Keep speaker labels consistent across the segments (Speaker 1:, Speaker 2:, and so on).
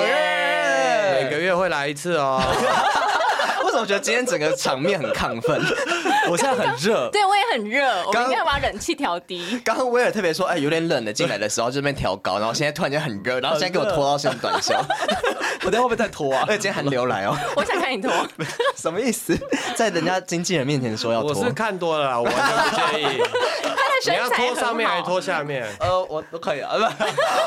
Speaker 1: 耶！
Speaker 2: 每
Speaker 1: 每
Speaker 2: 个
Speaker 1: 个
Speaker 2: 月会来一次哦。
Speaker 1: 我怎么觉得今天整个场面很亢 奋？
Speaker 2: 我现在很热，
Speaker 3: 对，我也很热，我
Speaker 1: 刚
Speaker 3: 们应该把冷气调 低。
Speaker 1: 刚刚威尔特别说，哎，有点冷了，进来的时候就这边调高，然后现在突然间很热，然后现在给我拖到现在短袖，
Speaker 2: 我在会不会再拖啊
Speaker 1: 而？且今天寒流来哦，
Speaker 3: 我想看你脱，
Speaker 1: 什么意思？在人家经纪人面前说要
Speaker 2: 我
Speaker 1: 拖
Speaker 2: 是，看多了啦，我完全 不介意。你要
Speaker 3: 身材
Speaker 2: 拖上面还是
Speaker 3: 很好。
Speaker 2: 拖下面？
Speaker 1: 呃，我都可以啊。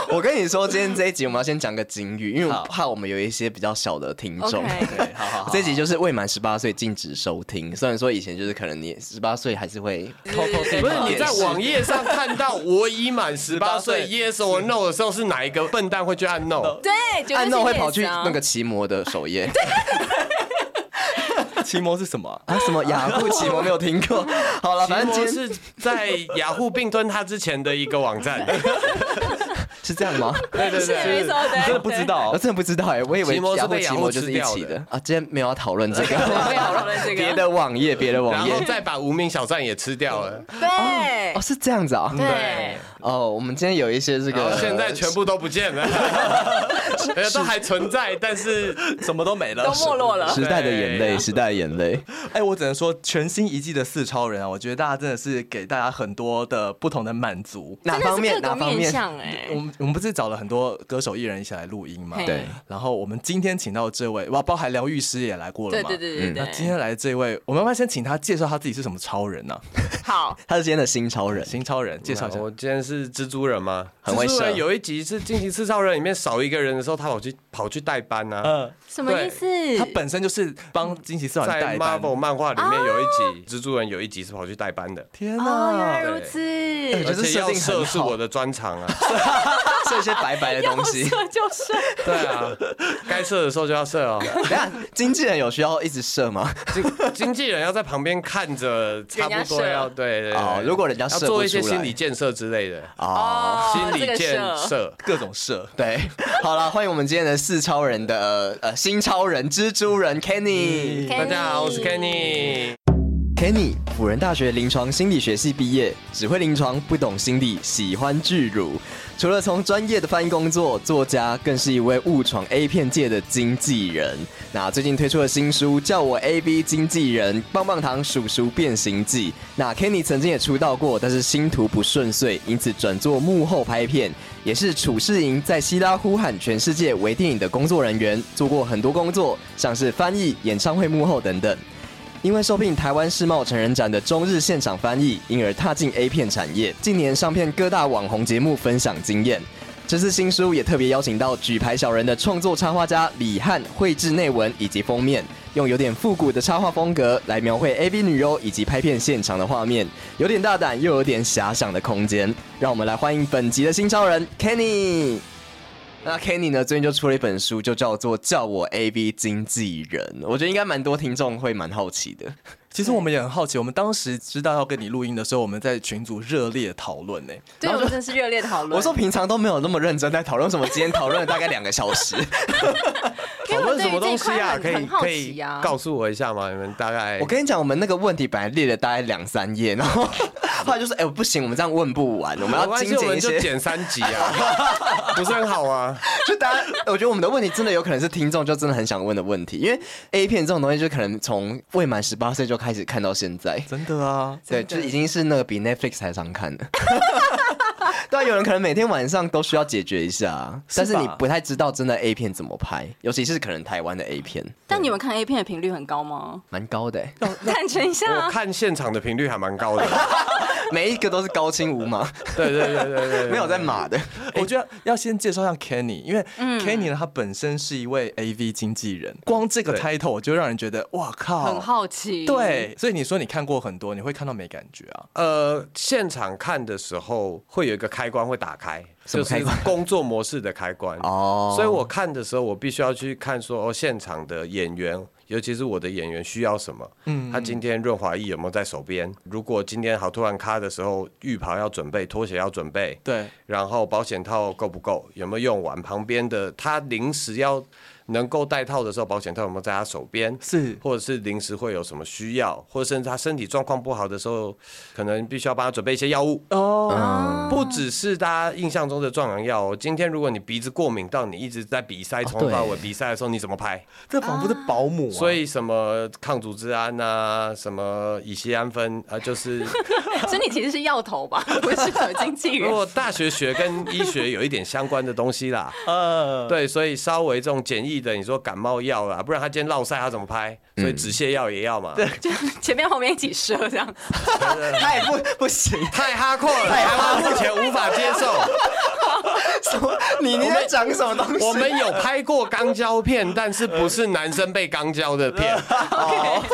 Speaker 1: 不我跟你说，今天这一集我们要先讲个警语，因为我
Speaker 2: 好
Speaker 1: 怕我们有一些比较小的听众。
Speaker 3: OK
Speaker 2: 对，好好好。
Speaker 1: 这一集就是未满十八岁禁止收听，虽然说以前就是可能你十八岁还是会偷偷听，
Speaker 2: 不是你在网页上看到我已满十八岁
Speaker 1: 18岁
Speaker 2: ，yes or no 的时候，是呃哪一个笨蛋会去按 no？
Speaker 3: 对，绝对
Speaker 1: 按
Speaker 3: 是
Speaker 1: 照会
Speaker 3: yes
Speaker 1: 跑去
Speaker 3: 啊
Speaker 1: 那个奇摩的首 页
Speaker 4: 奇摩是什么啊？
Speaker 1: 啊，什么雅虎奇摩没有听过。好了，反正今
Speaker 2: 奇
Speaker 1: 天
Speaker 2: 摩是在雅虎并吞它之前的一个网 站。
Speaker 1: 是这样吗？
Speaker 2: 对对
Speaker 3: 是没
Speaker 2: 对，
Speaker 3: 错，对，
Speaker 4: 真的不知
Speaker 1: 我
Speaker 4: 道，
Speaker 1: 真的不知道哎，我以为
Speaker 2: 奇摩
Speaker 1: 雅
Speaker 2: 是
Speaker 1: 虎
Speaker 2: 被
Speaker 1: 奇
Speaker 2: 雅虎
Speaker 1: 摩就是一
Speaker 2: 吃
Speaker 1: 起
Speaker 2: 掉的
Speaker 1: 的啊。今天没有要讨论这个，
Speaker 3: 对。不要讨论这
Speaker 1: 别
Speaker 3: 个，
Speaker 1: 的网页，别的
Speaker 2: 然
Speaker 1: 网页
Speaker 2: 后。再把无名小站也吃掉 了。
Speaker 3: 对
Speaker 1: 哦，。是这样子啊。
Speaker 3: 对，
Speaker 1: 哦，我们今天有一些这
Speaker 2: 然
Speaker 1: 个
Speaker 2: 后，现在全部都不见 了，而且都还存在，但是
Speaker 4: 什么都没了
Speaker 3: 都。没落
Speaker 2: 啊
Speaker 3: 了。
Speaker 1: 时代的眼泪，时代的眼泪。
Speaker 4: 哎，我只能说全新一季的四超人啊，我觉得大家真的是给大家很多的不同的满足。
Speaker 1: 哪
Speaker 3: 真的
Speaker 1: 方
Speaker 3: 是
Speaker 1: 面？
Speaker 3: 各
Speaker 1: 哪
Speaker 3: 个
Speaker 1: 方
Speaker 3: 面
Speaker 1: 面？
Speaker 3: 向哎
Speaker 4: 我，们我们不是找了很多歌手艺人一起来录音吗？
Speaker 3: 嘿
Speaker 1: 对
Speaker 4: 然后我们今天请到这位，哇，包含疗愈师也来过了
Speaker 3: 对
Speaker 4: 嘛？
Speaker 3: 对对对
Speaker 1: 嗯
Speaker 4: 那
Speaker 3: 对
Speaker 4: 今
Speaker 3: 对，
Speaker 4: 天来的这位，我们要不要先请他介绍他自己是什么超人 呢、啊？
Speaker 3: 好，
Speaker 1: 他是今天的新超 人，
Speaker 4: 新超人介绍一下。
Speaker 2: 我今天是蜘蛛人吗？
Speaker 1: 很会
Speaker 2: 蜘蛛人
Speaker 1: 射
Speaker 2: 有一集是《惊奇四超人》里面少一个人的时候，他跑去跑去代班啊。
Speaker 4: 嗯，
Speaker 3: 什么意思？
Speaker 4: 他本身就是帮惊奇四小人
Speaker 2: 在
Speaker 4: 代班。
Speaker 2: Marvel 漫画里面有一集，蜘蛛人有一集是跑去代班的，
Speaker 4: 天
Speaker 3: 哦，原来
Speaker 4: 哪！
Speaker 3: 如此，
Speaker 1: 我
Speaker 2: 而
Speaker 1: 觉得
Speaker 2: 且
Speaker 1: 设
Speaker 2: 要
Speaker 1: 定很
Speaker 2: 射是
Speaker 1: 好，
Speaker 2: 我的专长啊。
Speaker 1: 射一些白白的东西。
Speaker 3: 这就是
Speaker 2: 对啊，该射的时候就要射哦。
Speaker 1: 等一下，经纪人有需要一直射吗？
Speaker 2: 经经纪人要在旁边看着，差不多要
Speaker 3: 人家射
Speaker 2: 对对对
Speaker 1: 哦如果人家
Speaker 2: 要
Speaker 1: 射不
Speaker 2: 做一些
Speaker 1: 出来
Speaker 2: 心理建设之类的，
Speaker 1: 哦，
Speaker 3: 哦
Speaker 2: 心
Speaker 3: 这
Speaker 2: 理
Speaker 3: 个
Speaker 2: 建
Speaker 3: 社
Speaker 2: 设。
Speaker 4: 各种射，
Speaker 1: 对，好了，欢迎我们今天的四超人的呃呃新超人蜘蛛人 Kenny。
Speaker 2: 大家好，我是 Kenny。
Speaker 1: Kenny，辅仁大学临床心理学系毕业，只会临床，不懂心理，喜欢巨乳。除了从专业的翻译工作，作家更是一位误闯 A 片界的经纪人。那最近推出的新书叫我 A B 经纪人，棒棒糖叔叔变形记。那 Kenny 曾经也出道过，但是星途不顺遂，因此转做幕后拍片，也是楚世莹在希拉呼喊全世界为电影的工作人员，做过很多工作，像是翻译、演唱会幕后等等。因为受聘台湾世贸成人展的中日现场翻译，因而踏进 A 片产业。近年上片各大网红节目分享经验。这次新书也特别邀请到《举牌小人》的创作插画家李汉绘制内文以及封面，用有点复古的插画风格来描绘 AV 女优以及拍片现场的画面，有点大胆又有点遐想的空间。让我们来欢迎本集的新超人 Kenny。那 Kenny 呢？最近就出了一本书，就叫做《叫我 AV 经纪人》，我觉得应该蛮多听众会蛮好奇的。
Speaker 4: 其实我们也很好奇，我们当时知道要跟你录音的时候，我们在群组热烈讨论呢。
Speaker 3: 对我们真的是热烈讨论。
Speaker 1: 我说平常都没有那么认真在讨论什么，今天讨论了大概两个小时。
Speaker 3: 因为
Speaker 2: 讨
Speaker 3: 我
Speaker 2: 论
Speaker 3: 对
Speaker 2: 什
Speaker 3: 于这一
Speaker 2: 么东西
Speaker 3: 块
Speaker 2: 啊？
Speaker 3: 很
Speaker 2: 可以
Speaker 3: 很好
Speaker 2: 可
Speaker 3: 奇
Speaker 2: 以
Speaker 3: 啊
Speaker 2: 告诉我一下吗？你们大概
Speaker 1: 我跟你讲，我们那个问题本来列了大概两三页，然后后来就说，哎、不行，我们这样问不完，我们
Speaker 2: 没
Speaker 1: 要
Speaker 2: 关系
Speaker 1: 精
Speaker 2: 我
Speaker 1: 简
Speaker 2: 们
Speaker 1: 一
Speaker 2: 就
Speaker 1: 些。
Speaker 2: 剪三集啊， 不是很好啊？
Speaker 1: 就大家，我觉得我们的问题真的有可能是听众就真的很想问的问题，因为 A 片这种东西就可能从未满十八岁就开始看到现在，
Speaker 4: 真的啊，
Speaker 1: 对，就是已经是那个比 Netflix 还常看的。对啊，有人可能每天晚上都需要解决一下啊，但是
Speaker 4: 吧
Speaker 1: 你不太知道真的 A 片怎么拍，尤其是可能台湾的 A 片
Speaker 3: 但你们看 A 片的 频率很高吗？
Speaker 1: 蛮高的、欸。
Speaker 3: 坦诚一下
Speaker 2: 我
Speaker 3: 啊，
Speaker 2: 看现场的频率还蛮高的，
Speaker 1: 每一个都是高清无码，
Speaker 2: 对对对对对，
Speaker 1: 没有在码的。
Speaker 4: 我觉得要先介绍一下 Kenny，因为
Speaker 3: 嗯
Speaker 4: Kenny 呢，他本身是一位 AV 经纪人，光这个
Speaker 2: 对
Speaker 4: title 我就让人觉得哇靠，
Speaker 3: 很好奇。，
Speaker 4: 对，所以你说你看过很多，你会看到没感觉啊？
Speaker 2: 呃，现场看的时候会有一个开关会打开，
Speaker 1: 什么
Speaker 2: 就
Speaker 1: 开
Speaker 2: 是
Speaker 1: 关
Speaker 2: 工作模式的开关。
Speaker 1: 哦
Speaker 2: 所以我看的时候，我必须要去看说哦，现场的演员，尤其是我的演员需要什么。嗯，他今天润滑液有没有在手边？如果今天好突然卡的时候，浴袍要准备，拖鞋要准备，
Speaker 4: 对，
Speaker 2: 然后保险套够不够，有没有用完？旁边的他临时要能够戴套的时候，保险套有没有在他手边？
Speaker 4: 是
Speaker 2: 或者是临时会有什么需要，或者甚至他身体状况不好的时候，可能必须要帮他准备一些药物。
Speaker 4: 哦，
Speaker 1: 嗯，
Speaker 2: 不只是大家印象中的壮阳药、哦，今天如果你鼻子过敏到你一直在鼻塞，从头到
Speaker 4: 哦
Speaker 2: 尾鼻塞的时候，你怎么拍？
Speaker 4: 这仿佛是保姆、啊，
Speaker 2: 所以什么抗组织胺啊，什么乙酰氨酚啊、就是
Speaker 3: 所以你其实是药头吧， 不是经纪
Speaker 2: 如
Speaker 3: 人。
Speaker 2: 果大学学跟医学有一点相关的东西啦。
Speaker 4: 呃，
Speaker 2: 对，所以稍微这种简易的，你说感冒药啊啦，不然他今天落晒他怎么拍？
Speaker 1: 嗯
Speaker 2: 所以止泻药也要嘛。对，
Speaker 3: 前面后面一起射这 样，
Speaker 1: 他也不不行，
Speaker 2: 太哈阔了，台湾目前无法接 受。
Speaker 1: 什么？ 你你在讲什么东西？
Speaker 2: 我们有拍过肛交片，但是不是男生被肛交的片。
Speaker 1: 哦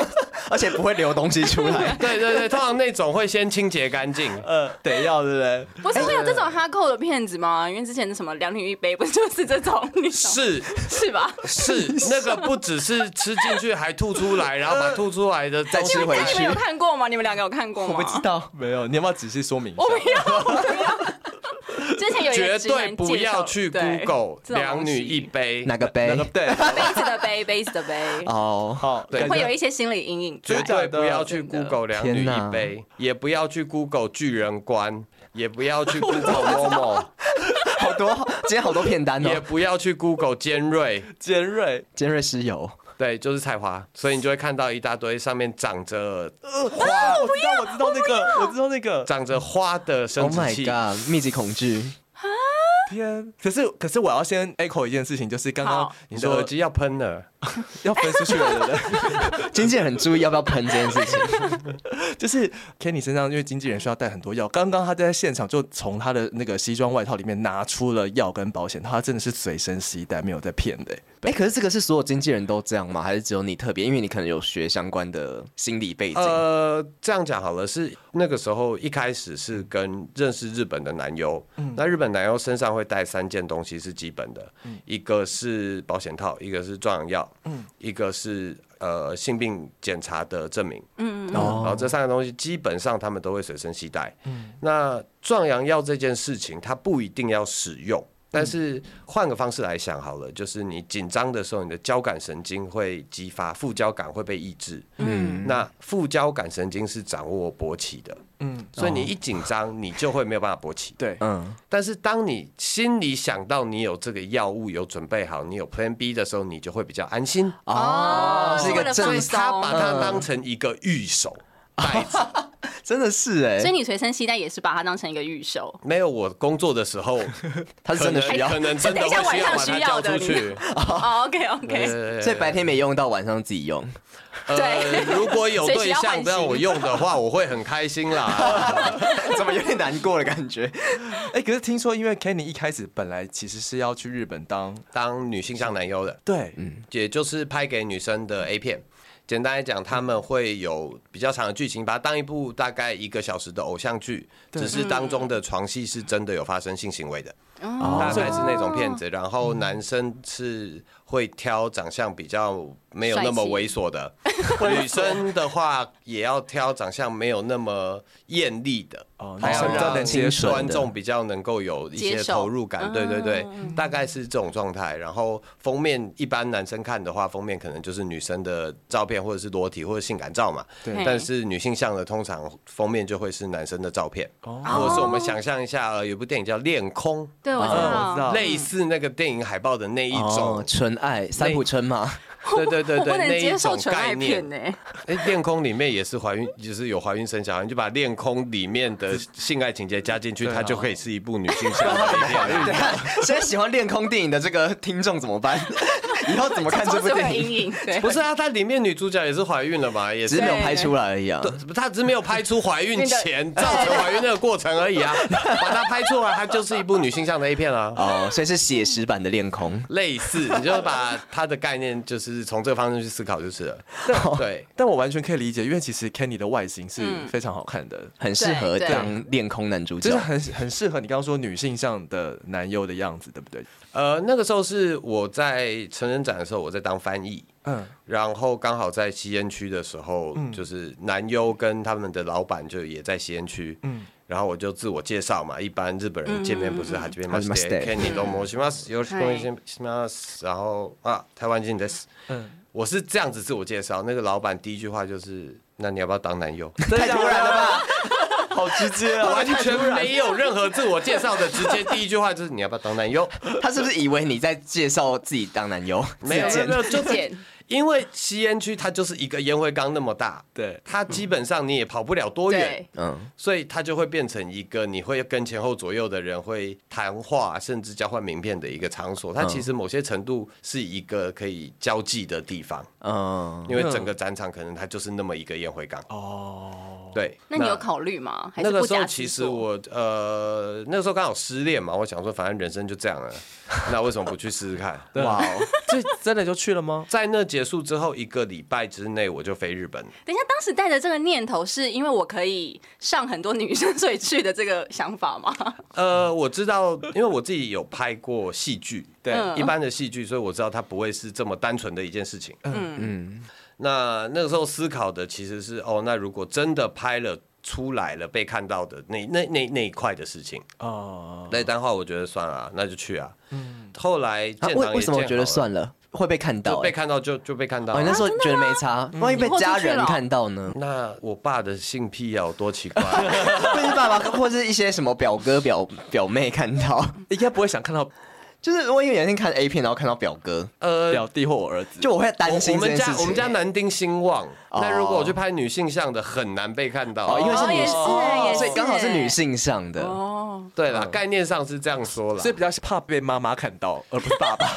Speaker 1: 而且不会流东西出 来
Speaker 2: 。对对对，通常那种会先清洁干净。
Speaker 4: 呃，得要对不对？
Speaker 3: 不是会有这种哈扣的骗子吗？因为之前是什么两女一杯，不就是这种？你懂
Speaker 2: 是
Speaker 3: 是吧？
Speaker 2: 是，那个不只是吃进去，还吐出来，然后把吐出来的再
Speaker 1: 再吃回
Speaker 3: 那你们有看过吗？你们两个有看过吗？
Speaker 4: 我不知道，没有，你要不要仔细说明一下
Speaker 3: 我？不要，我不要。之前有一
Speaker 2: 绝
Speaker 3: 个直男
Speaker 2: 对不
Speaker 3: 介绍
Speaker 2: 要去
Speaker 3: 对
Speaker 2: Google
Speaker 3: 这种
Speaker 2: 两女一
Speaker 3: 东西
Speaker 2: 杯。
Speaker 1: 哪个杯
Speaker 4: 那？个对，
Speaker 3: 杯子的杯，杯子的杯，
Speaker 1: 哦，
Speaker 4: 好，
Speaker 2: 对
Speaker 4: 感觉
Speaker 3: 会有一些心理阴影在。
Speaker 2: 绝对不要去
Speaker 3: 真的
Speaker 2: Google 两女
Speaker 1: 天哪
Speaker 2: 一杯，也不要去 Google 巨人观，也不要 去 Google Momo，
Speaker 1: 好多，今天好多片单
Speaker 2: 也
Speaker 1: 哦。
Speaker 2: 不要去 Google 尖锐。
Speaker 4: 尖锐，
Speaker 1: 尖锐石油，
Speaker 2: 对，就是菜花，所以你就会看到一大堆上面长着
Speaker 4: 呃
Speaker 3: 啊
Speaker 4: 哇，我知道，我知道那个，我知道那个，
Speaker 2: 长着花的生
Speaker 1: Oh
Speaker 2: 殖
Speaker 1: my
Speaker 2: 器。
Speaker 1: god！密集恐惧，
Speaker 4: 天！可是可是我要先 echo 一件事情，就是刚刚
Speaker 3: 好
Speaker 2: 你
Speaker 4: 你
Speaker 2: 的
Speaker 4: 说
Speaker 2: 耳机要喷了，
Speaker 4: 要分出去了，对不对？
Speaker 1: 经纪人很注意要不要喷这件事 情。
Speaker 4: 就是 Kenny 身上，因为经纪人需要带很多药，刚刚他在现场就从他的那个西装外套里面拿出了药跟保险，套，他真的是随身携带，没有在骗的欸、
Speaker 1: 哎、可是这个是所有经纪人都这样吗？还是只有你特别？因为你可能有学相关的心理背景。
Speaker 2: 呃，这样讲好了，是那个时候一开始是跟认识日本的男优，
Speaker 1: 嗯
Speaker 2: 那日本男优身上会带三件东西是基本的，
Speaker 1: 嗯
Speaker 2: 一个是保险套，一个是壮阳药，一个是呃性病检查的证明，
Speaker 4: 哦
Speaker 2: 然后这三个东西基本上他们都会随身携带。那壮阳药这件事情，它不一定要使用，但是换个方式来想好了，就是你紧张的时候，你的交感神经会激发，副交感会被抑制。嗯，那副交感神经是掌握勃起的，
Speaker 4: 嗯，
Speaker 2: 所以你一紧张，你就会没有办法勃起。
Speaker 4: 对，
Speaker 1: 嗯，
Speaker 2: 但是当你心里想到你有这个药物，有准备好，你有 Plan B 的时候，你就会比较安心。
Speaker 1: 哦，是一
Speaker 3: 为
Speaker 1: 个
Speaker 3: 了
Speaker 1: 正
Speaker 3: 放
Speaker 2: 所以
Speaker 3: 松
Speaker 2: 他把它当成一个御手。带着。
Speaker 1: 真的是哎、
Speaker 3: 所以你随身携带也是把它当成一个预售，
Speaker 2: 没有我工作的 时候，
Speaker 1: 他是真的需要
Speaker 2: 可，能可能真的
Speaker 3: 哎等一下
Speaker 2: 会
Speaker 3: 晚
Speaker 2: 需
Speaker 3: 上
Speaker 2: 要把它
Speaker 3: 需
Speaker 2: 叫
Speaker 3: 要
Speaker 2: 出
Speaker 3: 的
Speaker 2: 去。
Speaker 3: 哦，OK OK，
Speaker 2: 呃
Speaker 1: 所以白天没用到，晚上自己 用。
Speaker 2: 呃，
Speaker 3: 对
Speaker 2: 如果有
Speaker 3: 随
Speaker 2: 对
Speaker 3: 时要换
Speaker 2: 象
Speaker 3: 新
Speaker 2: 让我用的话，我会很开心啦。
Speaker 1: 怎么有点难过的感觉？
Speaker 4: 哎、可是听说因为 Kenny 一开始本来其实是要去日本当，
Speaker 2: 当女性向男优的，
Speaker 4: 对，
Speaker 2: 也就是拍给女生的 A 片。简单来讲，他们会有比较长的剧情，把它当一部大概一个小时的偶像剧，只是当
Speaker 3: 嗯
Speaker 2: 中的床戏是真的有发生性行为的。
Speaker 3: 哦
Speaker 2: 大概是那种骗子。然后
Speaker 3: 嗯
Speaker 2: 男生是会挑长相比较没有那么猥琐的，女生的话也要挑长相没有那么艳丽的。
Speaker 4: 哦
Speaker 2: 还要
Speaker 1: 女生比较
Speaker 2: 让
Speaker 1: 能接受的
Speaker 2: 观众比较能够有一些
Speaker 3: 接受
Speaker 2: 投入
Speaker 3: 嗯
Speaker 2: 感，对对对，大概是这种状态。然后封面一般男生看的话，封面可能就是女生的照片或者是裸体或者性感照嘛。
Speaker 4: 对
Speaker 2: 但是女性向的通常封面就会是男生的照片，
Speaker 4: 哦
Speaker 2: 或者是我们想象一下，呃有部电影叫《恋空》，
Speaker 3: 对我知
Speaker 2: 哦
Speaker 4: 嗯我知
Speaker 3: 道，
Speaker 4: 道嗯 哦
Speaker 2: 类似那个电影海报的那一种
Speaker 1: 哦，。纯爱三浦春马，
Speaker 2: 对对对
Speaker 3: 我不
Speaker 2: 对，
Speaker 3: 能
Speaker 2: 那
Speaker 3: 接
Speaker 2: 一
Speaker 3: 受
Speaker 2: 种
Speaker 3: 纯
Speaker 2: 概
Speaker 3: 爱
Speaker 2: 念
Speaker 3: 片欸呢、。
Speaker 2: 哎，恋空里面也是怀孕，就是有怀孕生小孩，你就把恋空里面的性爱情节加进去，
Speaker 4: 对啊
Speaker 2: 它就可以是一部女性向 的
Speaker 1: 对
Speaker 2: 片。
Speaker 1: 啊 现在喜欢恋空电影的这个听众怎么办？ 以后怎么看这
Speaker 3: 总
Speaker 1: 部
Speaker 3: 是会有
Speaker 1: 电影？
Speaker 3: 阴影，对，
Speaker 2: 不是啊，它里面女主角也是怀孕了嘛，也
Speaker 1: 只
Speaker 2: 是
Speaker 1: 是没有拍出来而已啊。
Speaker 2: 他只是没有拍出怀孕前造成怀嗯孕那个哎过程而 已啊，把它拍出来，它就是一部女性向的 A 片啊，
Speaker 1: 哦，所以是写实版的恋空。
Speaker 2: 类似，你就把它的概念就是从这个方向去思考就是了。对，
Speaker 4: 但我完全可以理解，因为其实 Kenny 的外形
Speaker 3: 嗯
Speaker 4: 是非常好看的，
Speaker 1: 很适合
Speaker 3: 对对
Speaker 1: 当恋空男主
Speaker 4: 就
Speaker 1: 角
Speaker 4: 是，很很适合你刚刚说女性向的男优的样子，对不对？
Speaker 2: 呃，那个时候是我在成人展的时候，我在当翻译，
Speaker 4: 嗯，
Speaker 2: 然后刚好在吸烟区的时候，就是男优跟他们的老板就也在吸烟区，嗯，然后我就自我介绍嘛，一般日本人见面不是はじめま
Speaker 1: は
Speaker 2: し
Speaker 1: じ
Speaker 2: て
Speaker 1: めまして
Speaker 2: Kenny どうもします、よろしくお願いします。然后啊，台湾人です。
Speaker 4: 嗯
Speaker 2: 嗯，我是这样子自我介绍，那个老板第一句话就是，那你要不要当男优？
Speaker 4: 太
Speaker 1: 突然了吧？
Speaker 4: 好直接
Speaker 2: 他
Speaker 4: 啊！
Speaker 2: 完全没有任何自我介绍的，直接第一句话就是你要不要当男优？
Speaker 1: 他是不是以为你在介绍自己当男友？
Speaker 2: 没有
Speaker 1: 自
Speaker 2: 没
Speaker 1: 荐
Speaker 2: 有没有，就
Speaker 3: 自
Speaker 2: 是
Speaker 3: 荐
Speaker 2: 因为吸烟区它就是一个烟灰缸那么大，
Speaker 4: 对
Speaker 2: 它基本上你也跑不了多远
Speaker 3: 对，，
Speaker 1: 嗯，
Speaker 2: 所以它就会变成一个你会跟前后左右的人会谈话，甚至交换名片的一个场所。它其实某些程度是一个可以交际的地方，
Speaker 1: 嗯，
Speaker 2: 因为整个展场可能它就是那么一个烟灰缸。
Speaker 4: 哦，
Speaker 2: 对，
Speaker 3: 那你有考虑吗？还
Speaker 2: 那
Speaker 3: 是
Speaker 2: 个
Speaker 3: 不
Speaker 2: 时候
Speaker 3: 假
Speaker 2: 其
Speaker 3: 思
Speaker 2: 实
Speaker 3: 索？
Speaker 2: 我呃那个时候刚好失恋嘛，我想说反正人生就这样了，那为什么不去试试看？
Speaker 4: 哇 哦，这真的就去了吗？
Speaker 2: 在那结束之后一个礼拜之内，我就飞日本。
Speaker 3: 等一下，当时带着这个念头，是因为我可以上很多女生， 所以去的这个想法吗？
Speaker 2: 呃，我知道，因为我自己有拍过戏剧， 对
Speaker 3: 嗯
Speaker 2: 一般的戏剧，所以我知道它不会是这么单纯的一件事情。嗯嗯。那那个时候思考的其实是，哦，那如果真的拍了出来了，被看到的那那那那一块的事情，
Speaker 1: 嗯
Speaker 4: 哦，
Speaker 2: 那一单话我觉得算了啊，那就去啊。嗯。后来
Speaker 1: 啊
Speaker 2: 建
Speaker 1: 为
Speaker 2: 堂也
Speaker 1: 为什么
Speaker 2: 建
Speaker 1: 觉
Speaker 2: 好
Speaker 1: 得
Speaker 2: 了
Speaker 1: 算了？会被看到
Speaker 2: 就被
Speaker 1: 欸？
Speaker 2: 看到就就被看到嗯
Speaker 1: 哦，
Speaker 2: 啊。
Speaker 1: 你那时候觉得没差，万一被
Speaker 3: 以后就
Speaker 1: 家
Speaker 3: 去
Speaker 1: 人
Speaker 3: 了
Speaker 1: 看到呢？
Speaker 2: 那我爸的性癖啊要有多奇 怪？
Speaker 1: 或是爸爸，或是一些什么表哥表表妹看到，
Speaker 4: 应该不会想看到
Speaker 1: 就是如果有一天看 A 片，然后看到表哥，
Speaker 2: 呃，
Speaker 4: 表弟或我儿子，
Speaker 1: 就我会担
Speaker 2: 我
Speaker 1: 心
Speaker 2: 我
Speaker 1: 这
Speaker 2: 们
Speaker 1: 件事
Speaker 2: 家
Speaker 1: 情。
Speaker 2: 我们家男丁兴旺，
Speaker 1: 哦
Speaker 2: 那如果我去拍女性向的，很难被看到。
Speaker 1: 哦，因为是
Speaker 3: 哦
Speaker 1: 女
Speaker 3: 也是也
Speaker 1: 所以刚好是
Speaker 3: 是
Speaker 1: 女性上的。
Speaker 3: 哦，
Speaker 2: 对啦，概念上是这样说啦
Speaker 4: 所。以比较怕被妈妈看到，而不是爸爸。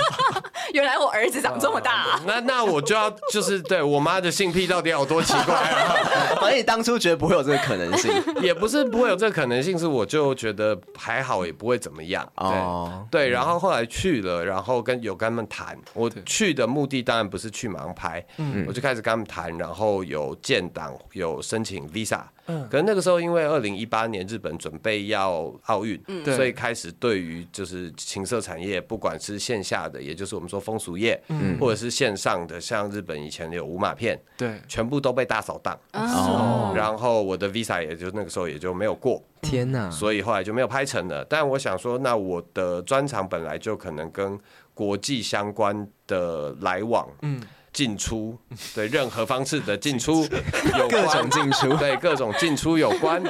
Speaker 3: 原来我儿子长这么大、啊。
Speaker 2: 那那我就要就是对我妈的性癖到底有多奇怪啊？
Speaker 1: 反正你当初觉得不会有这个可能性
Speaker 2: 也不是不会有这个可能性，是我就觉得还好，也不会怎么样。
Speaker 1: 哦。
Speaker 2: 对，然后后来去了，然后跟有跟他们谈。我去的目的当然不是去盲拍，我就开始跟他们谈，然后有建档，有申请 visa。可能那个时候因为二零一八年日本准备要奥运，
Speaker 4: 对
Speaker 2: 所以开始对于就是情色产业，不管是线下的，也就是我们说风俗业，或者是线上的，像日本以前有五马片，
Speaker 4: 对，
Speaker 2: 全部都被大扫荡。
Speaker 3: 啊
Speaker 1: 哦，
Speaker 2: 然后我的 visa 也就那个时候也就没有过。
Speaker 1: 天哪！
Speaker 2: 所以后来就没有拍成了。但我想说，那我的专长本来就可能跟国际相关的来往，嗯，进 出，对任何方式的进出有
Speaker 1: 各
Speaker 2: 关
Speaker 1: 种，进出，嗯
Speaker 2: 对各种进出有 关。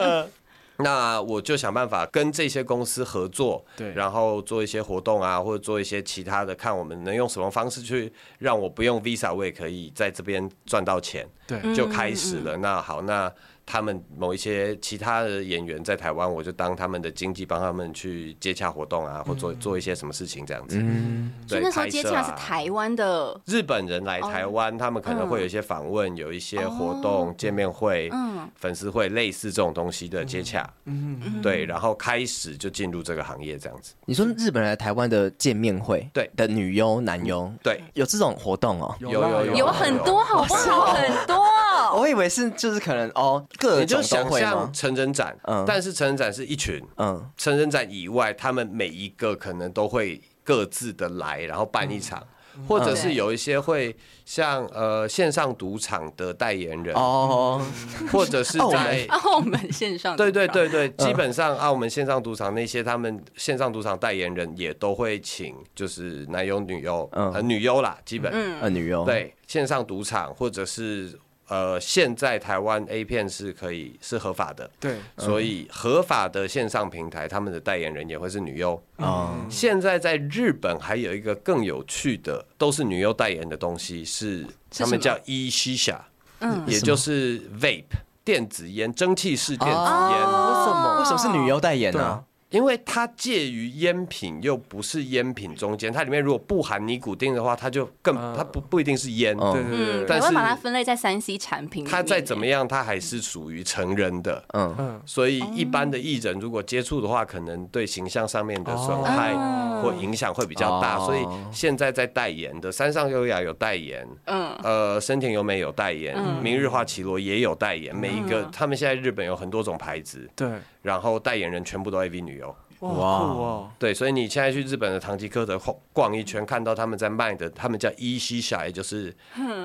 Speaker 2: 那我就想办法跟这些公司合作，
Speaker 4: 对
Speaker 2: 然后做一些活动啊，或者做一些其他的，看我们能用什么方式去让我不用 Visa，我也可以在这边赚到钱。
Speaker 4: 对
Speaker 2: 就开始
Speaker 3: 嗯
Speaker 2: 了。那好，那他们某一些其他的演员在台湾，我就当他们的经纪，帮他们去接洽活动
Speaker 4: 嗯
Speaker 2: 啊，或做做一些什么事情这样子。
Speaker 1: 嗯，
Speaker 3: 所
Speaker 2: 对，
Speaker 3: 以那时候
Speaker 2: 拍
Speaker 3: 接
Speaker 2: 摄
Speaker 3: 洽
Speaker 2: 啊
Speaker 3: 是台哦湾的，
Speaker 2: 日本人来台湾，他们可能会有一些访问，有一些活动、见面会、
Speaker 3: 嗯
Speaker 2: 粉丝会，类似这种东西的接洽。
Speaker 4: 嗯，
Speaker 2: 对，然后开始就进入这个行业这样子。
Speaker 1: 你说日本人来台湾的见面会，
Speaker 2: 对嗯
Speaker 1: 的女优、男优，
Speaker 2: 对，
Speaker 1: 有这种活动哦。
Speaker 2: 有有有
Speaker 3: 有很多，好不好？很多。
Speaker 1: 我以为是就是可能哦，各
Speaker 2: 你
Speaker 1: 种
Speaker 2: 就
Speaker 1: 都
Speaker 2: 想
Speaker 1: 会吗
Speaker 2: 象？成人展
Speaker 1: 嗯，
Speaker 2: 但是成人展是一群，
Speaker 1: 嗯，
Speaker 2: 成人展以外，他们每一个可能都会各自的来，然后办一场，
Speaker 1: 嗯
Speaker 2: 或者是有一些会像呃线上赌场的代言人，
Speaker 1: 哦，
Speaker 2: 或者是
Speaker 1: 澳门
Speaker 2: 在。
Speaker 3: 澳门线上
Speaker 2: 对对对对，
Speaker 1: 嗯
Speaker 2: 基本上澳门线上赌场那些，他们线上赌场代言人也都会请，就是男优、女优，
Speaker 1: 嗯
Speaker 3: 嗯
Speaker 2: 呃，女优啦，基本
Speaker 1: 呃，女优，，
Speaker 2: 对线上赌场或者是呃，现在台湾 A 片是可以是合法的，
Speaker 4: 对，
Speaker 2: 所以合法的线上平台，他们的代言人也会是女优。
Speaker 1: 哦，
Speaker 2: 现在在日本还有一个更有趣的，都是女优代言的东西，是
Speaker 3: 是
Speaker 2: 他
Speaker 3: 什么
Speaker 2: 们叫 e shisha，
Speaker 3: 嗯
Speaker 2: 也就是 vape 电子烟、蒸汽式电子烟。
Speaker 3: 哦
Speaker 1: 为什么？为什么是女优代言
Speaker 4: 啊
Speaker 1: 啊呢？
Speaker 2: 因为它介于烟品又不是烟品中间，它里面如果不含尼古丁的话，它就更
Speaker 4: 嗯
Speaker 2: 它不不一定是烟。
Speaker 1: 嗯
Speaker 4: 对对对对
Speaker 3: 嗯，台
Speaker 4: 对，
Speaker 2: 但
Speaker 3: 湾
Speaker 2: 是
Speaker 3: 把它分类在三 C 产品里面。
Speaker 2: 它再怎么样，它还是属于成人的。
Speaker 1: 嗯，
Speaker 4: 嗯，
Speaker 2: 所以一般的艺人如果接触的话，可能对形象上面的损害
Speaker 3: 哦
Speaker 2: 或影响会比较大。
Speaker 1: 哦
Speaker 2: 所以现在在代言的山上优雅有代言，
Speaker 3: 嗯，
Speaker 2: 呃，深田由美有代言，明日花绮罗也有代言。每一个他们现在日本有很多种牌子，
Speaker 4: 嗯对，
Speaker 2: 然后代言人全部都 AV 女优。
Speaker 4: 哇，
Speaker 1: 哇
Speaker 4: 酷哦，
Speaker 2: 对，所以你现在去日本的唐吉诃德晃逛一圈，看到他们在卖的，他们叫伊西下，也就是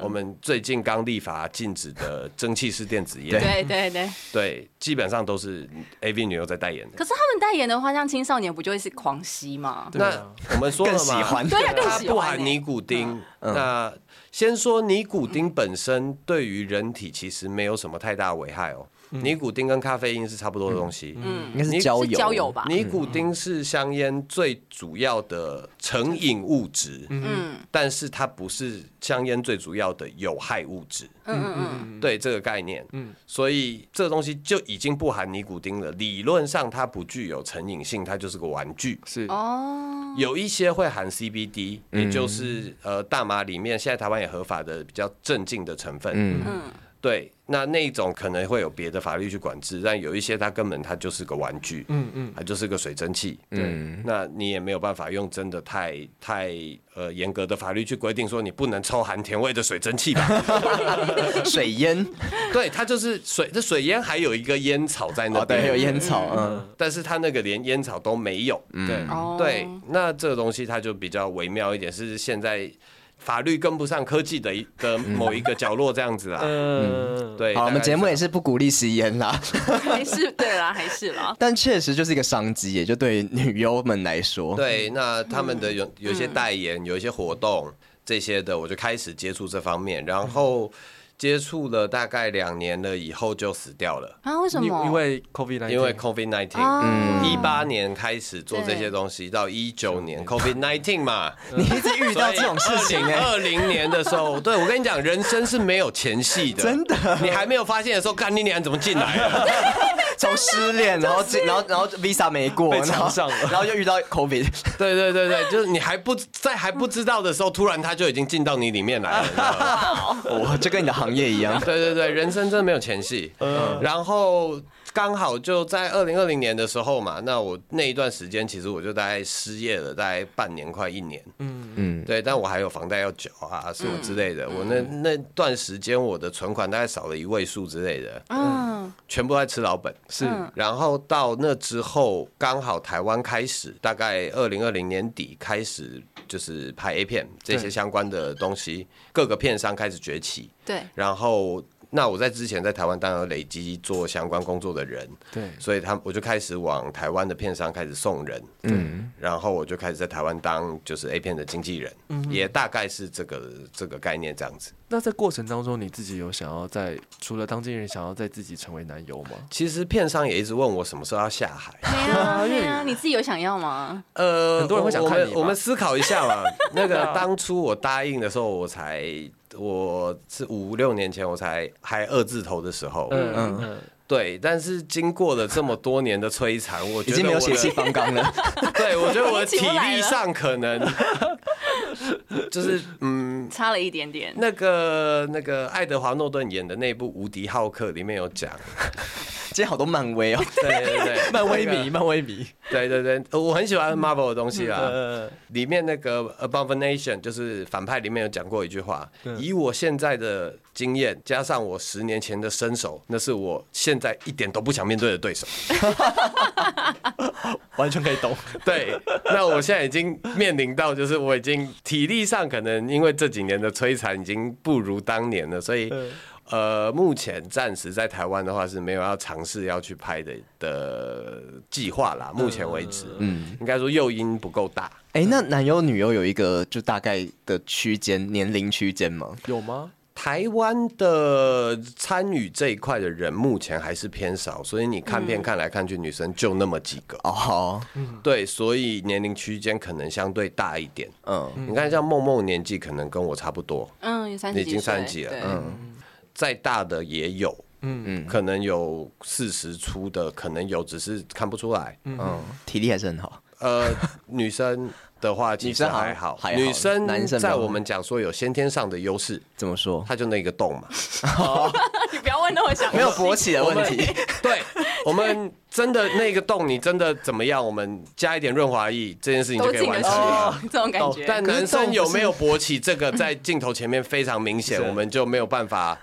Speaker 2: 我们最近刚立法禁止的蒸汽式电子烟。
Speaker 3: 对对对。
Speaker 2: 对，基本上都是 AV 女优在代言的。
Speaker 3: 可是他们代言的话，像青少年不就会是狂吸吗？
Speaker 4: 对
Speaker 2: 那
Speaker 4: 啊
Speaker 2: 我们说了
Speaker 1: 更
Speaker 2: 嘛，
Speaker 1: 喜欢
Speaker 3: 对啊，更
Speaker 2: 它
Speaker 3: 喜
Speaker 2: 不
Speaker 3: 欢
Speaker 2: 含
Speaker 3: 欸
Speaker 2: 尼古丁。那先说尼古丁本身对于人体其实没有什么太大危害哦。尼古丁跟咖啡因是差不多的东西。
Speaker 3: 嗯
Speaker 1: 应该是
Speaker 2: 你
Speaker 1: 交
Speaker 3: 是
Speaker 1: 友，
Speaker 3: 交友吧？
Speaker 2: 尼古丁是香烟最主要的成瘾物质，
Speaker 3: 嗯
Speaker 2: 但是它不是香烟最主要的有害物质。
Speaker 3: 嗯嗯
Speaker 4: 嗯，
Speaker 2: 对这个概念，
Speaker 4: 嗯
Speaker 2: 嗯，所以这个东西就已经不含尼古丁了。理论上它不具有成瘾性，它就是个玩具。
Speaker 4: 是
Speaker 3: 嗯，哦，
Speaker 2: 有一些会含 CBD，也
Speaker 1: 嗯
Speaker 2: 就是呃大麻里面现在台湾也合法的比较镇静的成分，
Speaker 1: 嗯，
Speaker 3: 嗯
Speaker 2: 对，那那种可能会有别的法律去管制，但有一些它根本它就是个玩具，
Speaker 4: 嗯嗯，
Speaker 2: 它就是个水蒸气，
Speaker 1: 嗯，
Speaker 2: 那你也没有办法用真的太太呃严格的法律去规定说你不能抽含甜味的水蒸气吧，
Speaker 1: 水烟
Speaker 2: 对，它就是水，这水烟还有一个烟草在那
Speaker 1: 哦，对，还有
Speaker 2: 边，
Speaker 1: 烟草，嗯，
Speaker 2: 但是它那个连烟草都没有。
Speaker 4: 对，
Speaker 3: 哦，
Speaker 2: 对，那这个东西它就比较微妙一点，是现在法律跟不上科技的一的某一个角落这样子 啦。
Speaker 4: 嗯，
Speaker 2: 对，
Speaker 1: 呃好，我们
Speaker 2: 大概是
Speaker 1: 节目也是不鼓励吸烟啦，
Speaker 3: 还是对啦，还是啦。
Speaker 1: 但确实就是一个商机耶，也就对于女优们来说，
Speaker 2: 对，那他们的
Speaker 1: 嗯
Speaker 2: 有有一些代言，有一些活动这些的，我就开始接触这方面，然后接触了大概两年了以后就死掉了，
Speaker 3: 啊，为什
Speaker 4: 因
Speaker 3: 么？
Speaker 4: 因为
Speaker 1: 哎
Speaker 4: COVID
Speaker 2: 因为 COVID nineteen。
Speaker 1: 哦
Speaker 3: 啊，
Speaker 2: 一八年开始做这些东西，到一九年 COVID nineteen 嘛，
Speaker 1: 你一直遇到这种事情哎、
Speaker 2: 二零年的时候，对我跟你讲，人生是没有前戏的，
Speaker 1: 真的
Speaker 2: 你还没有发现的时候，干你娘怎么进来 了？
Speaker 1: 哎从失恋，然后进然后然后 visa 没过，
Speaker 4: 被
Speaker 1: 然后
Speaker 4: 抢上了
Speaker 1: 然后又遇到 covid，
Speaker 2: 对对对对，就是你还不在还不知道的时候，突然他就已经进到你里面来了你 知道吗。
Speaker 1: 哇，就跟你的行业一样，
Speaker 2: 对对对，人生真的没有前戏。
Speaker 1: 嗯
Speaker 2: 然后刚好就在二零二零年的时候嘛，那我那一段时间其实我就大概失业了，大概半年快一年。
Speaker 1: 嗯，
Speaker 2: 对，但我还有房贷要缴啊，什么之类的。我那那段时间我的存款大概少了一位数之类的，
Speaker 3: 嗯
Speaker 2: 全部在吃老本。
Speaker 4: 是
Speaker 2: 然后到那之后，刚好台湾开始，大概二零二零年底开始，就是拍 A 片这
Speaker 4: 对
Speaker 2: 些相关的东西，各个片商开始崛起。
Speaker 3: 对，
Speaker 2: 然后，那我在之前在台湾当然有累积做相关工作的人，
Speaker 4: 对，
Speaker 2: 所以他们我就开始往台湾的片商开始送人，
Speaker 1: 嗯，
Speaker 2: 然后我就开始在台湾当就是 A 片的经纪人，
Speaker 4: 嗯
Speaker 2: 也大概是这个这个概念这样子。
Speaker 4: 那在过程当中，你自己有想要在除了当经纪人，想要在自己成为男友吗？
Speaker 2: 其实片商也一直问我什么时候要下海，
Speaker 3: 没啊没 啊，你自己有想要吗？
Speaker 2: 呃，
Speaker 4: 很多人会想
Speaker 2: 我
Speaker 4: 看你
Speaker 2: 们
Speaker 4: 吧啊
Speaker 2: 我们思考一下 嘛。那个当初我答应的时候，我才我是五六年前我才还二字头的时候，
Speaker 4: 嗯嗯
Speaker 1: 嗯
Speaker 4: 嗯，
Speaker 2: 对。但我经过了这么多年的摧残，我
Speaker 1: 已
Speaker 2: 觉得
Speaker 1: 经没有血气
Speaker 2: 我
Speaker 1: 方刚了，
Speaker 2: 的， 对我觉得我的 体
Speaker 3: 起不来
Speaker 2: 力
Speaker 3: 了
Speaker 2: 上 可能就是嗯。
Speaker 3: 差了一点点。
Speaker 2: 那个那个爱德华诺顿演的那部《无敌浩克》里面有讲，
Speaker 1: 今天好多漫威哦，
Speaker 2: 对 对对，
Speaker 4: 漫威迷，漫威迷，
Speaker 2: 对对对，呃我很喜欢 Marvel 的东西啦。
Speaker 4: 呃，
Speaker 2: 里面那个 Abomination 就是反派，里面有讲过一句话：以我现在的经验，加上我十年前的身手，那是我现在一点都不想面对的对手。
Speaker 4: 完全可以懂。
Speaker 2: 对，那我现在已经面临到，就是我已经体力上可能因为这几年的摧残，已经不如当年了，所以。呃，目前暂时在台湾的话是没有要尝试要去拍的的计划啦。目前为止，嗯，应该说诱因不够大。
Speaker 1: 哎、那男优女优有一个就大概的区间年龄区间吗？
Speaker 4: 有吗？
Speaker 2: 台湾的参与这一块的人目前还是偏少，所以你看片看来看去，女生就那么几个。
Speaker 1: 哦，好，
Speaker 2: 对，所以年龄区间可能相对大一点。
Speaker 1: 嗯，
Speaker 2: 你看，像梦梦年纪可能跟我差不多，
Speaker 3: 嗯，有三十
Speaker 2: 已
Speaker 3: 几
Speaker 2: 经
Speaker 3: 岁，
Speaker 2: 三十几了嗯
Speaker 3: 对
Speaker 2: 再大的也有，
Speaker 4: 嗯
Speaker 2: 嗯，可能有四十出的，可能有，只是看不出来。
Speaker 1: 嗯，体力还是很好，
Speaker 2: 呃，女生的话其
Speaker 1: 女
Speaker 2: 实
Speaker 1: 生好
Speaker 2: 还好，
Speaker 1: 还好
Speaker 2: 女生
Speaker 1: 男生比较
Speaker 2: 在我们讲说有先天上的优势，
Speaker 1: 怎么说？
Speaker 2: 她就那个洞嘛。
Speaker 3: 你不要问那么详细，
Speaker 1: 没有勃起的问题，
Speaker 2: 对，我们真的那个洞，你真的怎么样？我们加一点润滑液，这件事情就
Speaker 3: 都
Speaker 2: 可以
Speaker 3: 进
Speaker 2: 完
Speaker 3: 得
Speaker 2: 成
Speaker 3: 去
Speaker 2: 了。哦
Speaker 3: 了，这种感觉。
Speaker 2: 但
Speaker 4: 哦可是
Speaker 2: 男
Speaker 4: 洞
Speaker 2: 生
Speaker 4: 不
Speaker 2: 有没有勃起，这个在镜头前面非常明显，
Speaker 4: 是
Speaker 2: 我们就没有办法，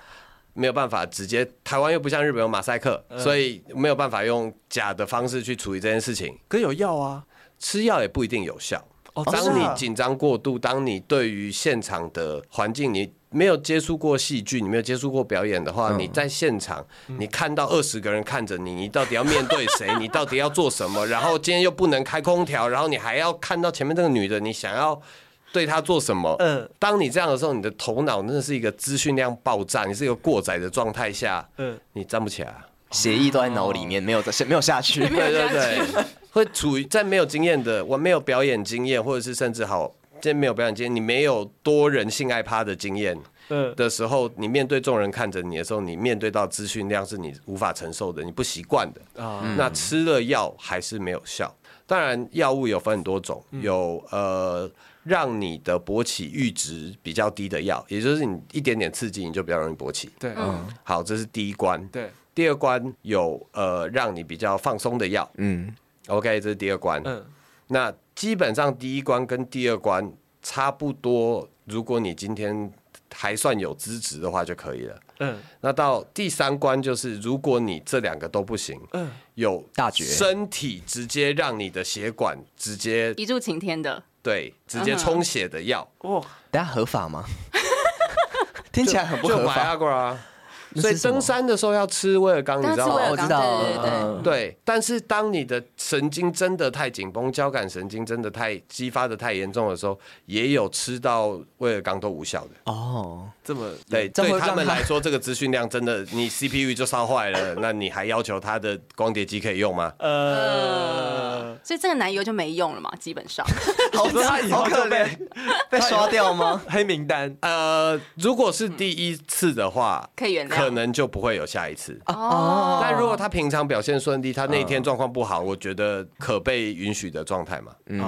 Speaker 2: 没有办法直接。台湾又不像日本有马赛克，
Speaker 4: 嗯
Speaker 2: 所以没有办法用假的方式去处理这件事情。
Speaker 4: 可是有药啊，
Speaker 2: 吃药也不一定有效。
Speaker 4: 哦
Speaker 2: 当你紧张过度，当你对于现场的环境你没有接触过戏剧，你没有接触过表演的话，你在现场你看到二十个人看着你，你到底要面对谁？你到底要做什么？然后今天又不能开空调，然后你还要看到前面这个女的，你想要。对她做什么？
Speaker 4: 嗯
Speaker 2: 当你这样的时候，你的头脑真的是一个资讯量爆炸，你是一个过载的状态下，
Speaker 4: 嗯
Speaker 2: 你站不起来啊。
Speaker 1: 协议都在脑里面，没有在没有下 去，
Speaker 2: 对对对，会处于在没有经验的，我没有表演经验，或者是甚至好，今天没有表演经验，你没有多人性爱趴的经验
Speaker 4: 嗯，
Speaker 2: 的时候，你面对众人看着你的时候，你面对到资讯量是你无法承受的，你不习惯的。
Speaker 4: 啊，
Speaker 2: 那吃了药还是没有效。当然，药物有分很多种，有呃让你的勃起阈值比较低的药，也就是你一点点刺激你就比较容易勃起。
Speaker 4: 对
Speaker 3: 嗯
Speaker 2: 好，这是第一关。
Speaker 4: 对，
Speaker 2: 第二关有呃让你比较放松的药
Speaker 1: 嗯，
Speaker 2: ，OK，这是第二关。
Speaker 4: 嗯
Speaker 2: 那基本上第一关跟第二关差不多，如果你今天还算有资质的话就可以了。
Speaker 4: 嗯
Speaker 2: 那到第三关就是，如果你这两个都不行，
Speaker 4: 嗯，
Speaker 2: 有
Speaker 1: 大绝
Speaker 2: 身体直接让你的血管直接
Speaker 3: 一柱擎天的，
Speaker 2: 对直接充血的药，
Speaker 4: 哇，
Speaker 1: 大家合法吗？ 听起来很不
Speaker 2: 就
Speaker 1: 合法，
Speaker 2: Viagra 啊。
Speaker 1: 那
Speaker 2: 所以
Speaker 1: 是什么
Speaker 2: 登山的时候要吃威尔刚，嗯你
Speaker 3: 但
Speaker 2: 知
Speaker 3: 是
Speaker 2: 道
Speaker 3: 我
Speaker 2: 吗
Speaker 1: 威尔？
Speaker 3: 有
Speaker 1: 我知
Speaker 3: 刚，
Speaker 1: 道
Speaker 3: 对对
Speaker 1: 嗯
Speaker 3: 对对，
Speaker 4: 啊
Speaker 2: 对，但是当你的神经真的太紧绷，交感神经真的太激发的太严重的时候，也有吃到威尔刚都无效的。
Speaker 1: 哦，
Speaker 4: 这么
Speaker 2: 对，
Speaker 1: 这样
Speaker 2: 对
Speaker 1: 会
Speaker 2: 他
Speaker 1: 让
Speaker 2: 们
Speaker 1: 他
Speaker 2: 来说，这个资讯量真的，你 CPU 就烧坏了，那你还要求它的光碟机可以用
Speaker 1: 呃
Speaker 2: 吗？
Speaker 4: 呃，
Speaker 3: 所以这个男友就没用了嘛，基本上。
Speaker 1: 好
Speaker 4: 他以
Speaker 1: 好
Speaker 4: 后
Speaker 1: 可
Speaker 4: 就被
Speaker 1: 怜，被刷掉吗？
Speaker 4: 黑名单，
Speaker 2: 呃，如果是第一次的话，
Speaker 3: 可以原谅
Speaker 2: 可能就不会有下一次。
Speaker 3: 哦，
Speaker 2: 但如果他平常表现顺利，他那一天状况不好，我觉得可被允许的状态嘛，
Speaker 1: 嗯，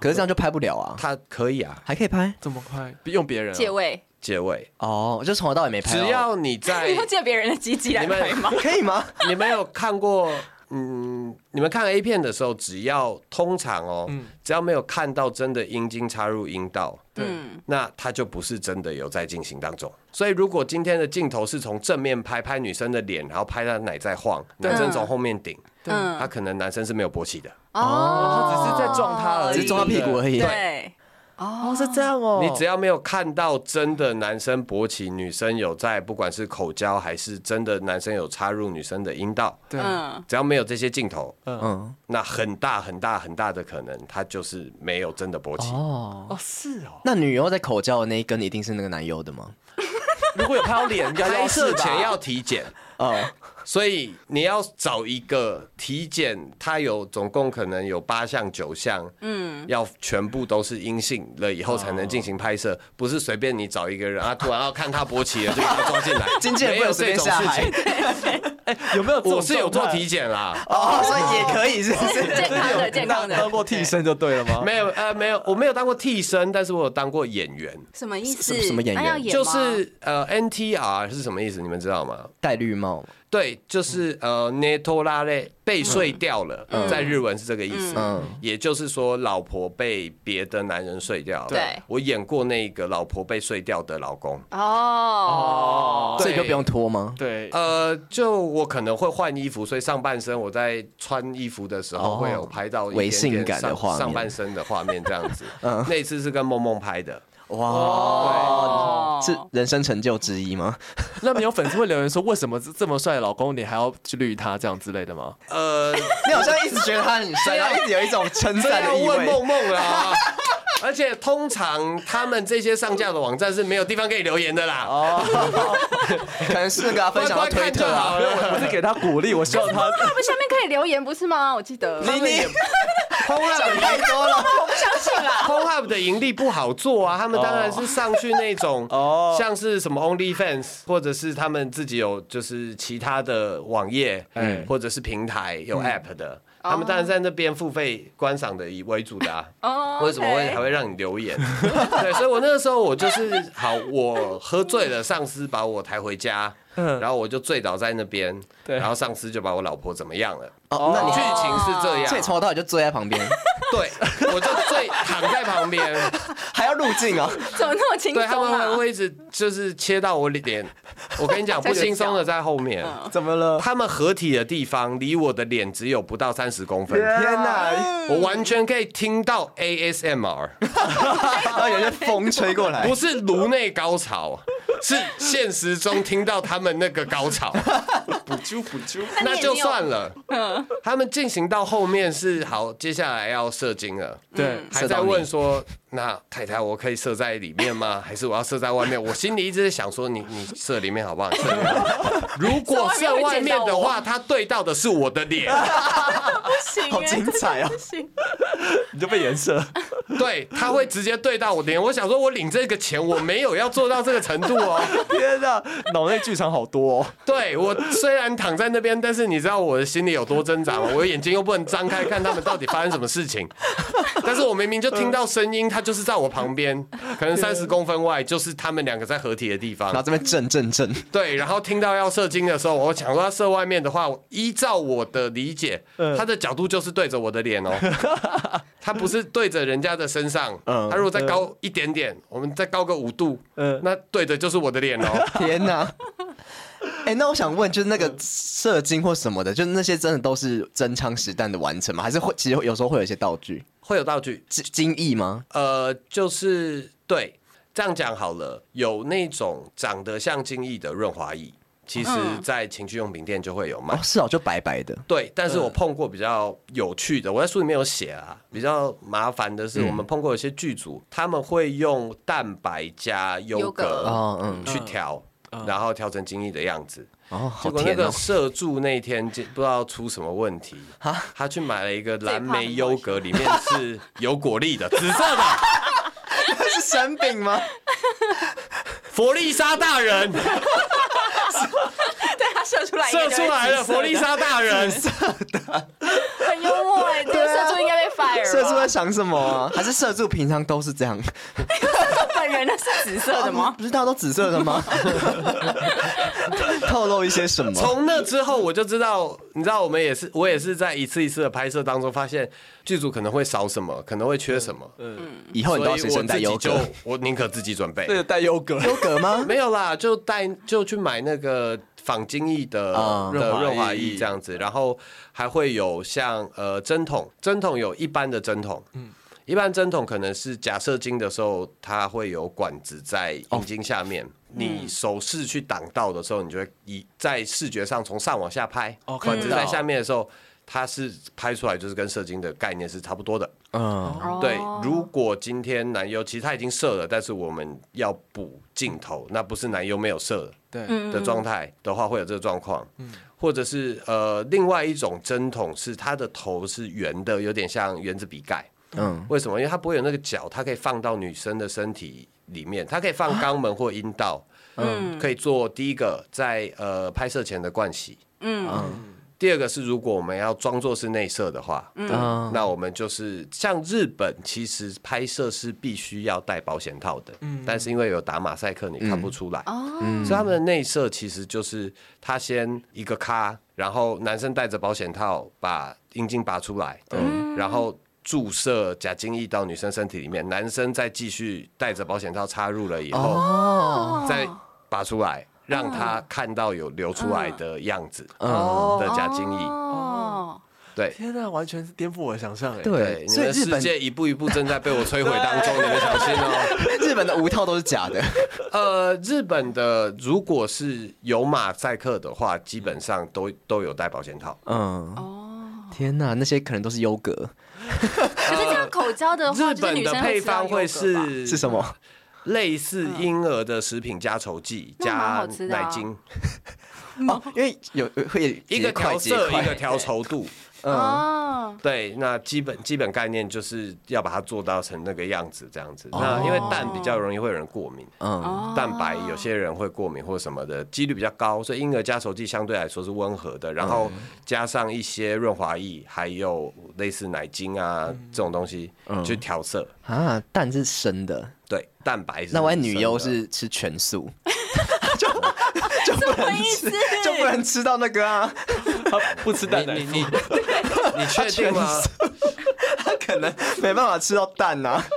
Speaker 1: 可是这样就拍不了啊，
Speaker 2: 他可以啊，
Speaker 1: 还可以拍
Speaker 4: 哦这么快用别人啊
Speaker 3: 借位，
Speaker 2: 借位，
Speaker 1: 哦，就从头到尾没拍
Speaker 2: 只
Speaker 1: 到，
Speaker 2: 要你 在
Speaker 3: 你要借别人的鸡鸡来
Speaker 2: 你们
Speaker 3: 拍吗？
Speaker 1: 可以吗？
Speaker 2: 你们有看过？嗯，你们看 A 片的时候，只要通常哦，只要没有看到真的阴茎插入阴道，
Speaker 3: 嗯，
Speaker 2: 那它就不是真的有在进行当中。所以，如果今天的镜头是从正面拍，拍女生的脸，然后拍她奶在晃，男生从后面顶，
Speaker 3: 嗯
Speaker 2: 他可能男生是没有勃起的。
Speaker 3: 哦
Speaker 4: 他只是在撞他而已
Speaker 1: 只是撞他屁股而已。
Speaker 3: 对，
Speaker 4: 哦，是这样哦
Speaker 2: 你只要没有看到真的男生勃起，女生有在，不管是口交还是真的男生有插入女生的阴道，
Speaker 4: 对，
Speaker 3: 嗯，
Speaker 2: 只要没有这些镜头，
Speaker 1: 嗯，
Speaker 2: 那很大很大很大的可能，他就是没有真的勃起。
Speaker 1: 哦，
Speaker 4: 哦是哦，
Speaker 1: 那女优在口交的那一根一定是那个男优的吗？
Speaker 4: 如果有拍到脸，应该
Speaker 2: 拍
Speaker 4: 要
Speaker 2: 摄
Speaker 4: 是吧
Speaker 2: 前要体检，
Speaker 1: 哦，
Speaker 2: 所以你要找一个体检，它有总共可能有八项九项，嗯，要全部都是阴性了以后才能进行拍
Speaker 1: 哦
Speaker 2: 摄，不是随便你找一个人啊，突然要看他勃起了就把他抓进来
Speaker 1: ，经纪人
Speaker 2: 没
Speaker 1: 不
Speaker 2: 有
Speaker 1: 能随
Speaker 2: 这
Speaker 1: 便
Speaker 2: 种
Speaker 1: 下
Speaker 2: 事
Speaker 1: 海
Speaker 2: 情。
Speaker 4: 有没有这种
Speaker 2: 我是有做
Speaker 4: 状态
Speaker 2: 体检啦，
Speaker 1: 哦，所以也可以是不是？
Speaker 3: 健康的健康
Speaker 4: 当当
Speaker 3: 的，
Speaker 4: 过替身就对了吗？
Speaker 2: 没有呃没有，我没有当过替身，但是我有当过演员，
Speaker 3: 什么意
Speaker 1: 什
Speaker 3: 思？
Speaker 1: 么什么演员
Speaker 3: 那要演
Speaker 2: 就
Speaker 3: 吗
Speaker 2: 是呃 NTR 是什么意思？你们知道吗？
Speaker 1: 戴绿帽嘛，
Speaker 2: 对，就是呃 neto 拉嘞被睡掉了，在日文是这个意思。
Speaker 1: 嗯
Speaker 2: 也就是说，老婆被别的男人睡掉了。
Speaker 3: 对
Speaker 2: 我演过那个老婆被睡掉的老公。
Speaker 3: 哦，
Speaker 1: 所以
Speaker 2: 对
Speaker 1: 就不用脱吗？
Speaker 4: 对，
Speaker 2: 呃，就我可能会换衣服，所以上半身我在穿衣服的时
Speaker 1: 哦
Speaker 2: 候会有拍到一
Speaker 1: 微
Speaker 2: 点
Speaker 1: 性
Speaker 2: 点
Speaker 1: 感的
Speaker 2: 上
Speaker 1: 画面嗯
Speaker 2: 上半身的画面这样子。那次是跟梦梦 拍的，
Speaker 1: 哇，
Speaker 3: 哦
Speaker 1: 是人生成就之一吗？
Speaker 4: 那没有粉丝会留言说，为什么这么帅的老公你还要去绿他这样之类的吗？
Speaker 2: 呃，
Speaker 1: 你好像一直觉得他很帅，然后一直有一种称
Speaker 2: 这
Speaker 1: 赞
Speaker 2: 要
Speaker 1: 的意
Speaker 2: 问
Speaker 1: 味。
Speaker 2: 梦梦啦。 而且通常他们这些上架的网站是没有地方可以留言的啦。哦，
Speaker 1: 可能是那个啊分享到
Speaker 2: 乖乖
Speaker 1: 推
Speaker 2: 看就
Speaker 1: 特啊
Speaker 2: 好。了。
Speaker 4: 我是给他鼓励，我希望他
Speaker 3: 他们下面可以留言不是吗？我记得
Speaker 1: 你你通了太多了，
Speaker 2: Home Hub 的盈利不好做啊，他们当然是上去那种
Speaker 4: 哦
Speaker 2: 像是什么 OnlyFans，或者是他们自己有就是其他的网页，
Speaker 4: 嗯
Speaker 2: 或者是平台有 App 的。他们当然在那边付费观赏的以为主的啊，
Speaker 3: 哦
Speaker 2: 为什么会还会让你留言？ 对，所以我那个时候我就是好，我喝醉了，上司把我抬回家，
Speaker 4: 嗯
Speaker 2: 然后我就醉倒在那边，
Speaker 4: 对
Speaker 2: 然后上司就把我老婆怎么样了？
Speaker 1: 哦，那你
Speaker 2: 剧情是这
Speaker 1: 所以
Speaker 2: 样，
Speaker 1: 从头到尾就坐在 旁边，
Speaker 2: 对，我就醉躺在旁边，
Speaker 1: 还要入镜啊？
Speaker 3: 怎么那么轻
Speaker 2: 对他
Speaker 3: 松
Speaker 2: 们还
Speaker 3: 啊？
Speaker 2: 会一直就是切到我 脸，我跟你讲
Speaker 3: 在
Speaker 2: 不
Speaker 3: 睡嗯
Speaker 2: 轻松的在后面，
Speaker 4: 怎么了？
Speaker 2: 他们合体的地方离我的脸只有不到三十公分，
Speaker 4: 天哪！
Speaker 2: 我完全可以听到 ASMR，
Speaker 1: 然后有些风吹过来
Speaker 4: 哎
Speaker 2: 不，是颅内高潮，是现实中听到他们那个高潮，
Speaker 4: 补啾补啾，
Speaker 2: 那就算了。他们进行到后面是好，接下来要射精了。
Speaker 4: 对，
Speaker 2: 还在问说，那太太我可以射在里面吗？ 还是我要射在外面？我心里一直在想说，你你射里面好不好？你射里面好不好如果射外面的话，他对到的是我的脸，
Speaker 1: 好精彩哦！
Speaker 4: 你就被颜色。
Speaker 2: 对，他会直接对到我的脸。我想说，我领这个钱，我没有要做到这个程度哦。
Speaker 4: 天哪，脑内剧场好多哦。
Speaker 2: 对我虽然躺在那边，但是你知道我的心里有多挣扎吗？我眼睛又不能张开看他们到底发生什么 事情，但是我明明就听到声音，他就是在我旁边，可能三十公分外，就是他们两个在合体的地方
Speaker 1: 然后。这边震震震，
Speaker 2: 对，然后听到要射精的时候，我想说他射外面的话，我依照我的理解，
Speaker 1: 嗯
Speaker 2: 他的角度就是对着我的脸 哦，他不是对着人家的身上。
Speaker 1: 嗯
Speaker 2: 他如果再高一点点，我们再高个五度，
Speaker 4: 嗯
Speaker 2: 那对的就是我的脸 哦。
Speaker 1: 天哪！哎、那我想问，就是那个射精或什么的，就是那些真的都是真枪实弹的完成吗？还是会其实有时候会有一些道具
Speaker 2: 会有道具，
Speaker 1: 精精益吗？
Speaker 2: 呃，就是对，这样讲好了，有那种长得像精益的润滑液，其实在情趣用品店就会有卖。
Speaker 1: 嗯哦，嗯是哦，就白白的，
Speaker 2: 对，但是我碰过比较有趣的，我在书里面有写啊。比较麻烦的
Speaker 1: 嗯
Speaker 2: 是，我们碰过有些剧组，他们会用蛋白加优
Speaker 3: 优格
Speaker 2: 格
Speaker 1: 哦，嗯，
Speaker 2: 去调，然后调成精益的样子。
Speaker 1: 哦，好
Speaker 2: 结果那
Speaker 1: 甜
Speaker 2: 个
Speaker 1: 哦，
Speaker 2: 社助那天就不知道出什么问题，他去买了一个蓝莓优格，里面是有果粒的，紫色的。
Speaker 1: 是神饼吗？
Speaker 2: 佛利莎大人
Speaker 3: 对他射出来，
Speaker 2: 射出来了，佛利莎大人，
Speaker 3: 很幽默哎，这个射出应该被 fire 吧。
Speaker 1: 社畜在想什么啊？还是社畜平常都是这样？
Speaker 3: 本人的是紫色的吗？
Speaker 1: 啊不是大家都紫色的 吗？透露一些什么？
Speaker 2: 从那之后我就知道，你知道我们也是，我也是在一次一次的拍摄当中发现剧组可能会少什么，可能会缺什么，
Speaker 1: 以后你都
Speaker 2: 所
Speaker 1: 要
Speaker 2: 以
Speaker 1: 随
Speaker 2: 我
Speaker 1: 身带
Speaker 2: 自己
Speaker 1: 优
Speaker 2: 就
Speaker 1: 格，
Speaker 2: 我宁可自己准备。
Speaker 4: 对，带优格。
Speaker 1: 优格吗？
Speaker 2: 没有啦，就带就去买那个仿精益的
Speaker 1: 啊
Speaker 2: 的
Speaker 4: 润滑
Speaker 2: 润滑
Speaker 4: 液
Speaker 2: 液这样子，然后还会有像呃针筒，针筒有一般的针筒，嗯。一般针筒可能是假射精的时候，它会有管子在阴茎下面，你手势去挡到的时候，你就会以在视觉上从上往下拍，
Speaker 4: 哦看
Speaker 2: 管子
Speaker 4: 得到
Speaker 2: 在下面的时候，它是拍出来就是跟射精的概念是差不多的。
Speaker 1: 嗯，
Speaker 2: 对，如果今天男优其实他已经射了，但是我们要补镜头，那不是男优没有射
Speaker 3: 嗯
Speaker 4: 对，
Speaker 2: 的状态的话，会有这个状况。或者是呃，另外一种针筒是它的头是圆的，有点像圆子笔盖。
Speaker 1: 嗯，
Speaker 2: 为什么？因为它不会有那个角，它可以放到女生的身体里面，它可以放肛门或阴道。嗯，可以做第一个在呃拍摄前的盥洗。
Speaker 1: 嗯，
Speaker 2: 第二个是，如果我们要装作是内射的话，
Speaker 1: 嗯
Speaker 2: 那我们就是像日本，其实拍摄是必须要戴保险套的，
Speaker 1: 嗯
Speaker 2: 但是因为有打马赛克，你看不出来，
Speaker 1: 哦
Speaker 2: 所以他们的内射其实就是他先一个咔，然后男生戴着保险套把阴茎拔出来，
Speaker 1: 嗯
Speaker 2: 然后。注射假精液到女生身体里面，男生再继续戴着保险套插入了以后，
Speaker 1: 哦，
Speaker 2: 再拔出来，让他看到有流出来的样子
Speaker 1: 嗯，
Speaker 2: 的假精液。
Speaker 3: 哦，
Speaker 2: 对，
Speaker 4: 天哪，完全是颠覆我的想象哎。
Speaker 1: 对，
Speaker 2: 你
Speaker 1: 所以
Speaker 2: 们
Speaker 1: 日
Speaker 2: 世
Speaker 1: 本
Speaker 2: 界一步一步正在被我摧毁当中，你们小心哦。
Speaker 1: 日本的无套都是假的，
Speaker 2: 呃，日本的如果是有马赛克的话，基本上都都有戴保险套。
Speaker 1: 嗯，哦，天哪，那些可能都是优格，
Speaker 3: 可是这样口交的话，
Speaker 2: 日
Speaker 3: 就是
Speaker 2: 本
Speaker 3: 女
Speaker 2: 的
Speaker 3: 生
Speaker 2: 配
Speaker 3: 知道
Speaker 2: 方会
Speaker 3: 优格吧嗯
Speaker 2: 是
Speaker 1: 是什么？
Speaker 2: 类似婴儿的食品加稠剂
Speaker 3: 那蛮
Speaker 2: 加
Speaker 3: 好吃的啊
Speaker 2: 奶精，
Speaker 1: 哦，因为有会
Speaker 2: 嗯一个
Speaker 1: 结块
Speaker 2: 调
Speaker 1: 结
Speaker 2: 色一个
Speaker 1: 块，
Speaker 2: 调稠度。
Speaker 1: 嗯，
Speaker 3: 哦，
Speaker 2: 对，那基本基本概念就是要把它做到成那个样子，这样子。
Speaker 1: 哦
Speaker 2: 那因为蛋比较容易会有人过敏，
Speaker 1: 嗯，
Speaker 3: 哦
Speaker 2: 蛋白有些人会过敏或什么的几率比较高，所以婴儿加稠剂相对来说是温和的，然后加上一些润滑液，还有类似奶精啊这种东西
Speaker 1: 嗯
Speaker 2: 去调色。
Speaker 1: 啊，蛋是生的，
Speaker 2: 对，蛋白是
Speaker 1: 那万一女优
Speaker 2: 生的
Speaker 1: 是吃全素，就就不能 吃，就不能吃到那个啊，
Speaker 4: 不吃蛋
Speaker 2: 你
Speaker 4: 奶
Speaker 2: 你你 你确定吗？
Speaker 1: 她可能没办法吃到蛋啊呐。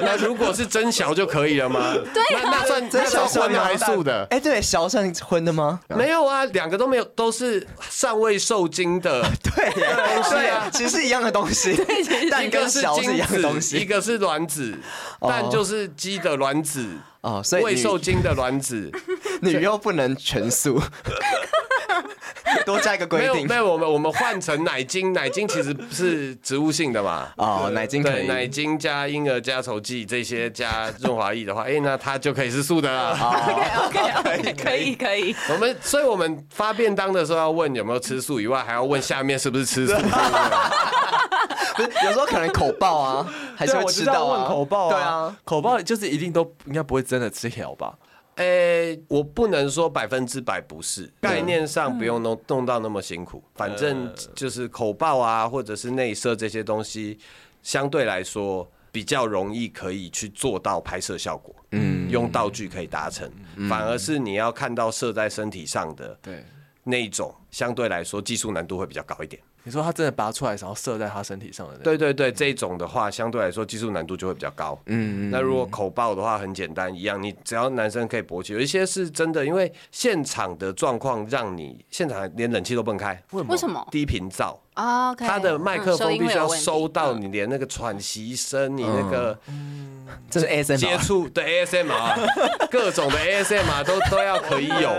Speaker 2: 那如果是真小就可以了吗？对、啊那那算那算荤的还是素的？
Speaker 1: 哎，对，小算荤的吗？
Speaker 2: 没有啊，两个都没有，都是尚未受精的。
Speaker 1: 对耶，对啊，其实是一样的东西， 蛋
Speaker 2: 一
Speaker 1: 跟
Speaker 2: 个是
Speaker 1: 小是一
Speaker 2: 精
Speaker 1: 样的东
Speaker 2: 子，一
Speaker 1: 西
Speaker 2: 个是卵子，蛋就是鸡的卵子，
Speaker 1: 哦，所以
Speaker 2: 未受
Speaker 1: 女
Speaker 2: 精的卵子。
Speaker 1: 女优不能全素， 多加一个
Speaker 2: 没
Speaker 1: 规
Speaker 2: 有
Speaker 1: 定
Speaker 2: 没有，我们我们换成奶精，奶精其实是植物性的嘛。
Speaker 1: 哦，奶精可
Speaker 2: 对，
Speaker 1: 以，
Speaker 2: 奶精加婴儿加稠剂这些加润滑液的话，哎、那它就可以是素的啦。
Speaker 1: 哦
Speaker 3: ，OK，OK，可以可以，
Speaker 2: 我们所以我们发便当的时候要问有没有吃素，以外还要问下面是不是 吃素。
Speaker 1: 不是有时候可能口爆啊，还是
Speaker 4: 对，
Speaker 1: 会
Speaker 4: 我
Speaker 1: 吃
Speaker 4: 知
Speaker 1: 到
Speaker 4: 道
Speaker 1: 啊
Speaker 4: 问口爆
Speaker 1: 对啊，，
Speaker 4: 口爆就是一定都应该不会真的吃条吧？
Speaker 2: 哎、我不能说百分之百不是，概念上不用弄弄到那么辛苦。反正就是口爆啊，或者是内射这些东西，相对来说比较容易可以去做到拍摄效果。嗯，用道具可以达成，反而是你要看到射在身体上的
Speaker 4: 对，
Speaker 2: 那一种，相对来说技术难度会比较高一点。
Speaker 4: 你说他真的拔出来，然后射在他身体上的那种，
Speaker 2: 对对对，这一种的话，相对来说技术难度就会比较高。嗯，那如果口爆的话，很简单，一样，你只要男生可以勃起，有一些是真的，因为现场的状况让你现场连冷气都不能开，
Speaker 3: 为什么啊
Speaker 2: 低频噪。
Speaker 3: ？OK，
Speaker 2: 它的麦克
Speaker 3: 嗯收
Speaker 2: 风
Speaker 3: 音
Speaker 2: 必
Speaker 3: 会
Speaker 2: 须
Speaker 3: 有
Speaker 2: 要
Speaker 3: 问题
Speaker 2: 收到
Speaker 3: 嗯
Speaker 2: 你连那个喘息声，你那个
Speaker 1: 这是 S
Speaker 2: 接
Speaker 1: M
Speaker 2: 触的 ASMR，啊 各种的 ASMR 都都要可以有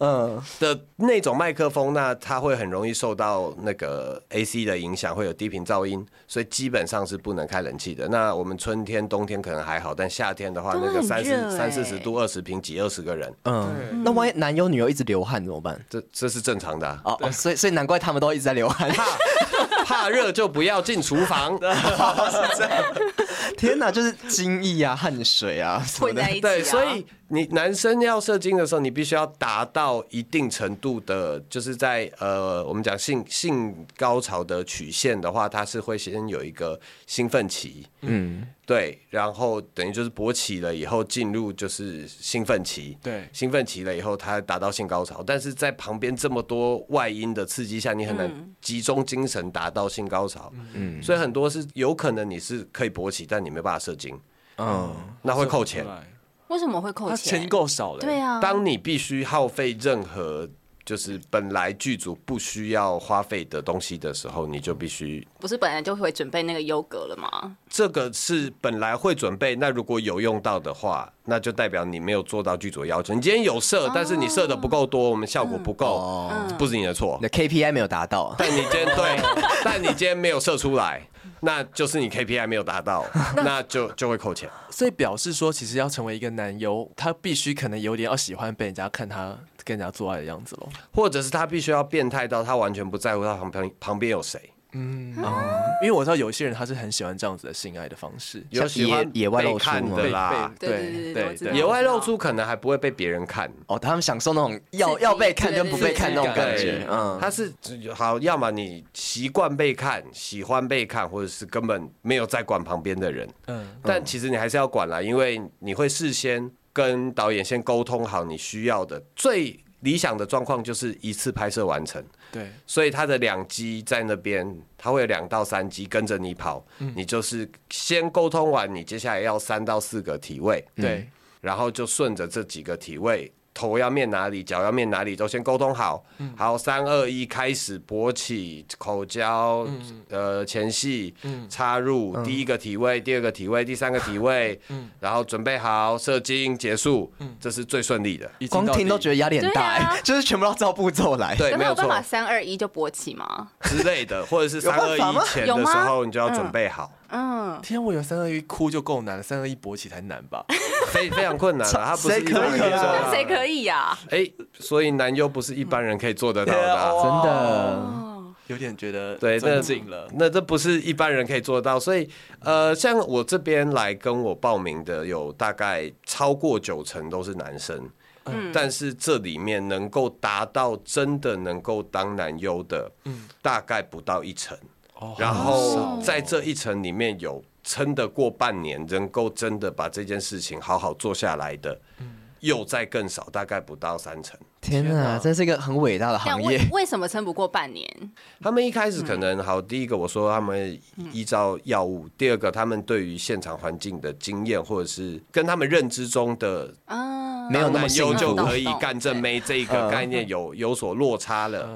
Speaker 1: 嗯，
Speaker 2: 的那种麦克风，那它会很容易受到那个 AC 的影响，会有低频噪音，所以基本上是不能开冷气的。那我们春天、冬天可能还好，但夏天的话，
Speaker 3: 真的
Speaker 2: 那个三
Speaker 3: 很
Speaker 2: 十
Speaker 3: 热欸
Speaker 2: 三四十度，二十平挤二十个人，
Speaker 1: 嗯，那万一男优女优一直流汗怎么办？
Speaker 2: 这这是正常的啊、
Speaker 1: 哦哦，所以所以难怪他们都一直在流汗。
Speaker 2: 怕怕热就不要进厨 房。
Speaker 1: 天哪，就是精液啊、汗水啊什么
Speaker 3: 混
Speaker 1: 的
Speaker 3: 在。一起啊，
Speaker 2: 对，所以你男生要射精的时候，你必须要达到一定程度的，就是在呃，我们讲性性高潮的曲线的话，它是会先有一个兴奋期，嗯，对，然后等于就是勃起了以后进入就是兴奋期，
Speaker 4: 对
Speaker 2: 兴奋期了以后，它达到性高潮，但是在旁边这么多外因的刺激下，你很难集中精神达到性高潮，嗯，所以很多是有可能你是可以勃起，但你没办法射精，
Speaker 1: 嗯，
Speaker 2: 那会扣钱。
Speaker 3: 为什么会扣
Speaker 4: 他钱够少了，
Speaker 3: 对，啊，
Speaker 2: 当你必须耗费任何就是本来剧组不需要花费的东西的时候，你就必须
Speaker 3: 不是本来就会准备那个优格了吗？
Speaker 2: 这个是本来会准备，那如果有用到的话，那就代表你没有做到剧组的要求。你今天有射，但是你射的不够多，我们效果不够，不是你的错
Speaker 1: 你。的 K P I 没有达到啊。
Speaker 2: 但你今天对，但你今天没有射出来，那就是你 KPI 没有达到，那就就会扣钱。
Speaker 4: 所以表示说，其实要成为一个男优，他必须可能有点要喜欢被人家看他跟人家做爱的样子咯。
Speaker 2: 或者是他必须要变态到他完全不在乎他旁边旁边有谁，
Speaker 4: 因为我知道有一些人他是很喜欢这样子的性爱的方式，
Speaker 2: 有喜欢
Speaker 1: 野野外露出
Speaker 2: 被看
Speaker 1: 吗啊
Speaker 2: 的
Speaker 4: 被
Speaker 2: 啦，
Speaker 4: 被
Speaker 3: 对对对对我
Speaker 4: 对
Speaker 3: 知道
Speaker 2: 野外露出可能还不会被别人看，
Speaker 1: 哦，他们享受那种要
Speaker 3: 刺激
Speaker 1: 要被看跟不被看那种
Speaker 4: 对
Speaker 1: 感觉
Speaker 2: 对，
Speaker 1: 嗯，
Speaker 2: 他是好，要么你习惯被看，喜欢被看，或者是根本没有在管旁边的人，
Speaker 4: 嗯，
Speaker 2: 但其实你还是要管啦，因为你会事先跟导演先沟通好你需要的最理想的状况就是一次拍摄完成，
Speaker 4: 对，
Speaker 2: 所以他的两机在那边，他会有两到三机跟着你跑，
Speaker 1: 嗯
Speaker 2: 你就是先沟
Speaker 1: 嗯
Speaker 2: 通完，你接下来要三到四个体位，
Speaker 4: 对，
Speaker 2: 然后就顺着这几个体位。头要面哪里，脚要面哪里，都先沟通好。好，三二一，开始勃起、口交、呃前戏、插入，第一个体位，第二个体位，第三个体位，然后准备好射精结束，这是最顺利的。
Speaker 4: 已经
Speaker 1: 光
Speaker 4: 到
Speaker 1: 听
Speaker 4: 底
Speaker 1: 都觉得压力很大、
Speaker 3: 对啊
Speaker 1: 哎 就是全部都照步骤来。
Speaker 2: 对，
Speaker 3: 可
Speaker 2: 没
Speaker 3: 他有
Speaker 2: 错
Speaker 3: 办法三二一就勃起吗？
Speaker 2: 之类的，或者是
Speaker 1: 有
Speaker 2: 三
Speaker 1: 办
Speaker 2: 二
Speaker 1: 法吗
Speaker 2: 一前
Speaker 3: 有
Speaker 2: 的
Speaker 3: 吗
Speaker 2: 时候，你就要
Speaker 3: 嗯
Speaker 2: 准备好。
Speaker 3: 嗯，
Speaker 4: 天，啊我有三二一哭就够难了，三二一勃起才难吧？
Speaker 2: 非非常困难了，他不是
Speaker 1: 谁
Speaker 2: 一
Speaker 1: 可以
Speaker 2: 般人可以做
Speaker 1: 啊
Speaker 2: 到
Speaker 3: 那
Speaker 2: 的。
Speaker 3: 谁可以呀？
Speaker 2: 哎，所以男优不是一般人可以做得到的啊。
Speaker 1: 真的，
Speaker 3: 哦，
Speaker 4: 有点觉得
Speaker 2: 对，那
Speaker 4: 尊敬了。
Speaker 2: 那这不是一般人可以做到，所以呃，像我这边来跟我报名的有大概超过九成都是男生，
Speaker 3: 嗯
Speaker 2: 但是这里面能够达到真的能够当男优的，大概不到一成，
Speaker 4: 嗯哦
Speaker 2: 然
Speaker 4: 好
Speaker 2: 后
Speaker 4: 少
Speaker 2: 在这一层里面有撑得过半年，能够真的把这件事情好好做下来的，
Speaker 4: 嗯
Speaker 2: 又再更少，大概不到三成。
Speaker 1: 天
Speaker 4: 天
Speaker 1: 哪，
Speaker 4: 哪
Speaker 1: 这是一个很伟大的
Speaker 3: 但
Speaker 1: 行
Speaker 3: 为
Speaker 1: 业。
Speaker 3: 为什么撑不过半年？
Speaker 2: 他们一开始可能好，第一个我说他们依照药物，第二个他们对于现场环境的经验，或者是跟他们认知中的
Speaker 3: 啊，
Speaker 2: 嗯
Speaker 1: 没有那么
Speaker 2: 男优
Speaker 1: 幸
Speaker 2: 就
Speaker 1: 福
Speaker 2: 可以干正妹这个
Speaker 1: 嗯
Speaker 2: 概念有有所落差了。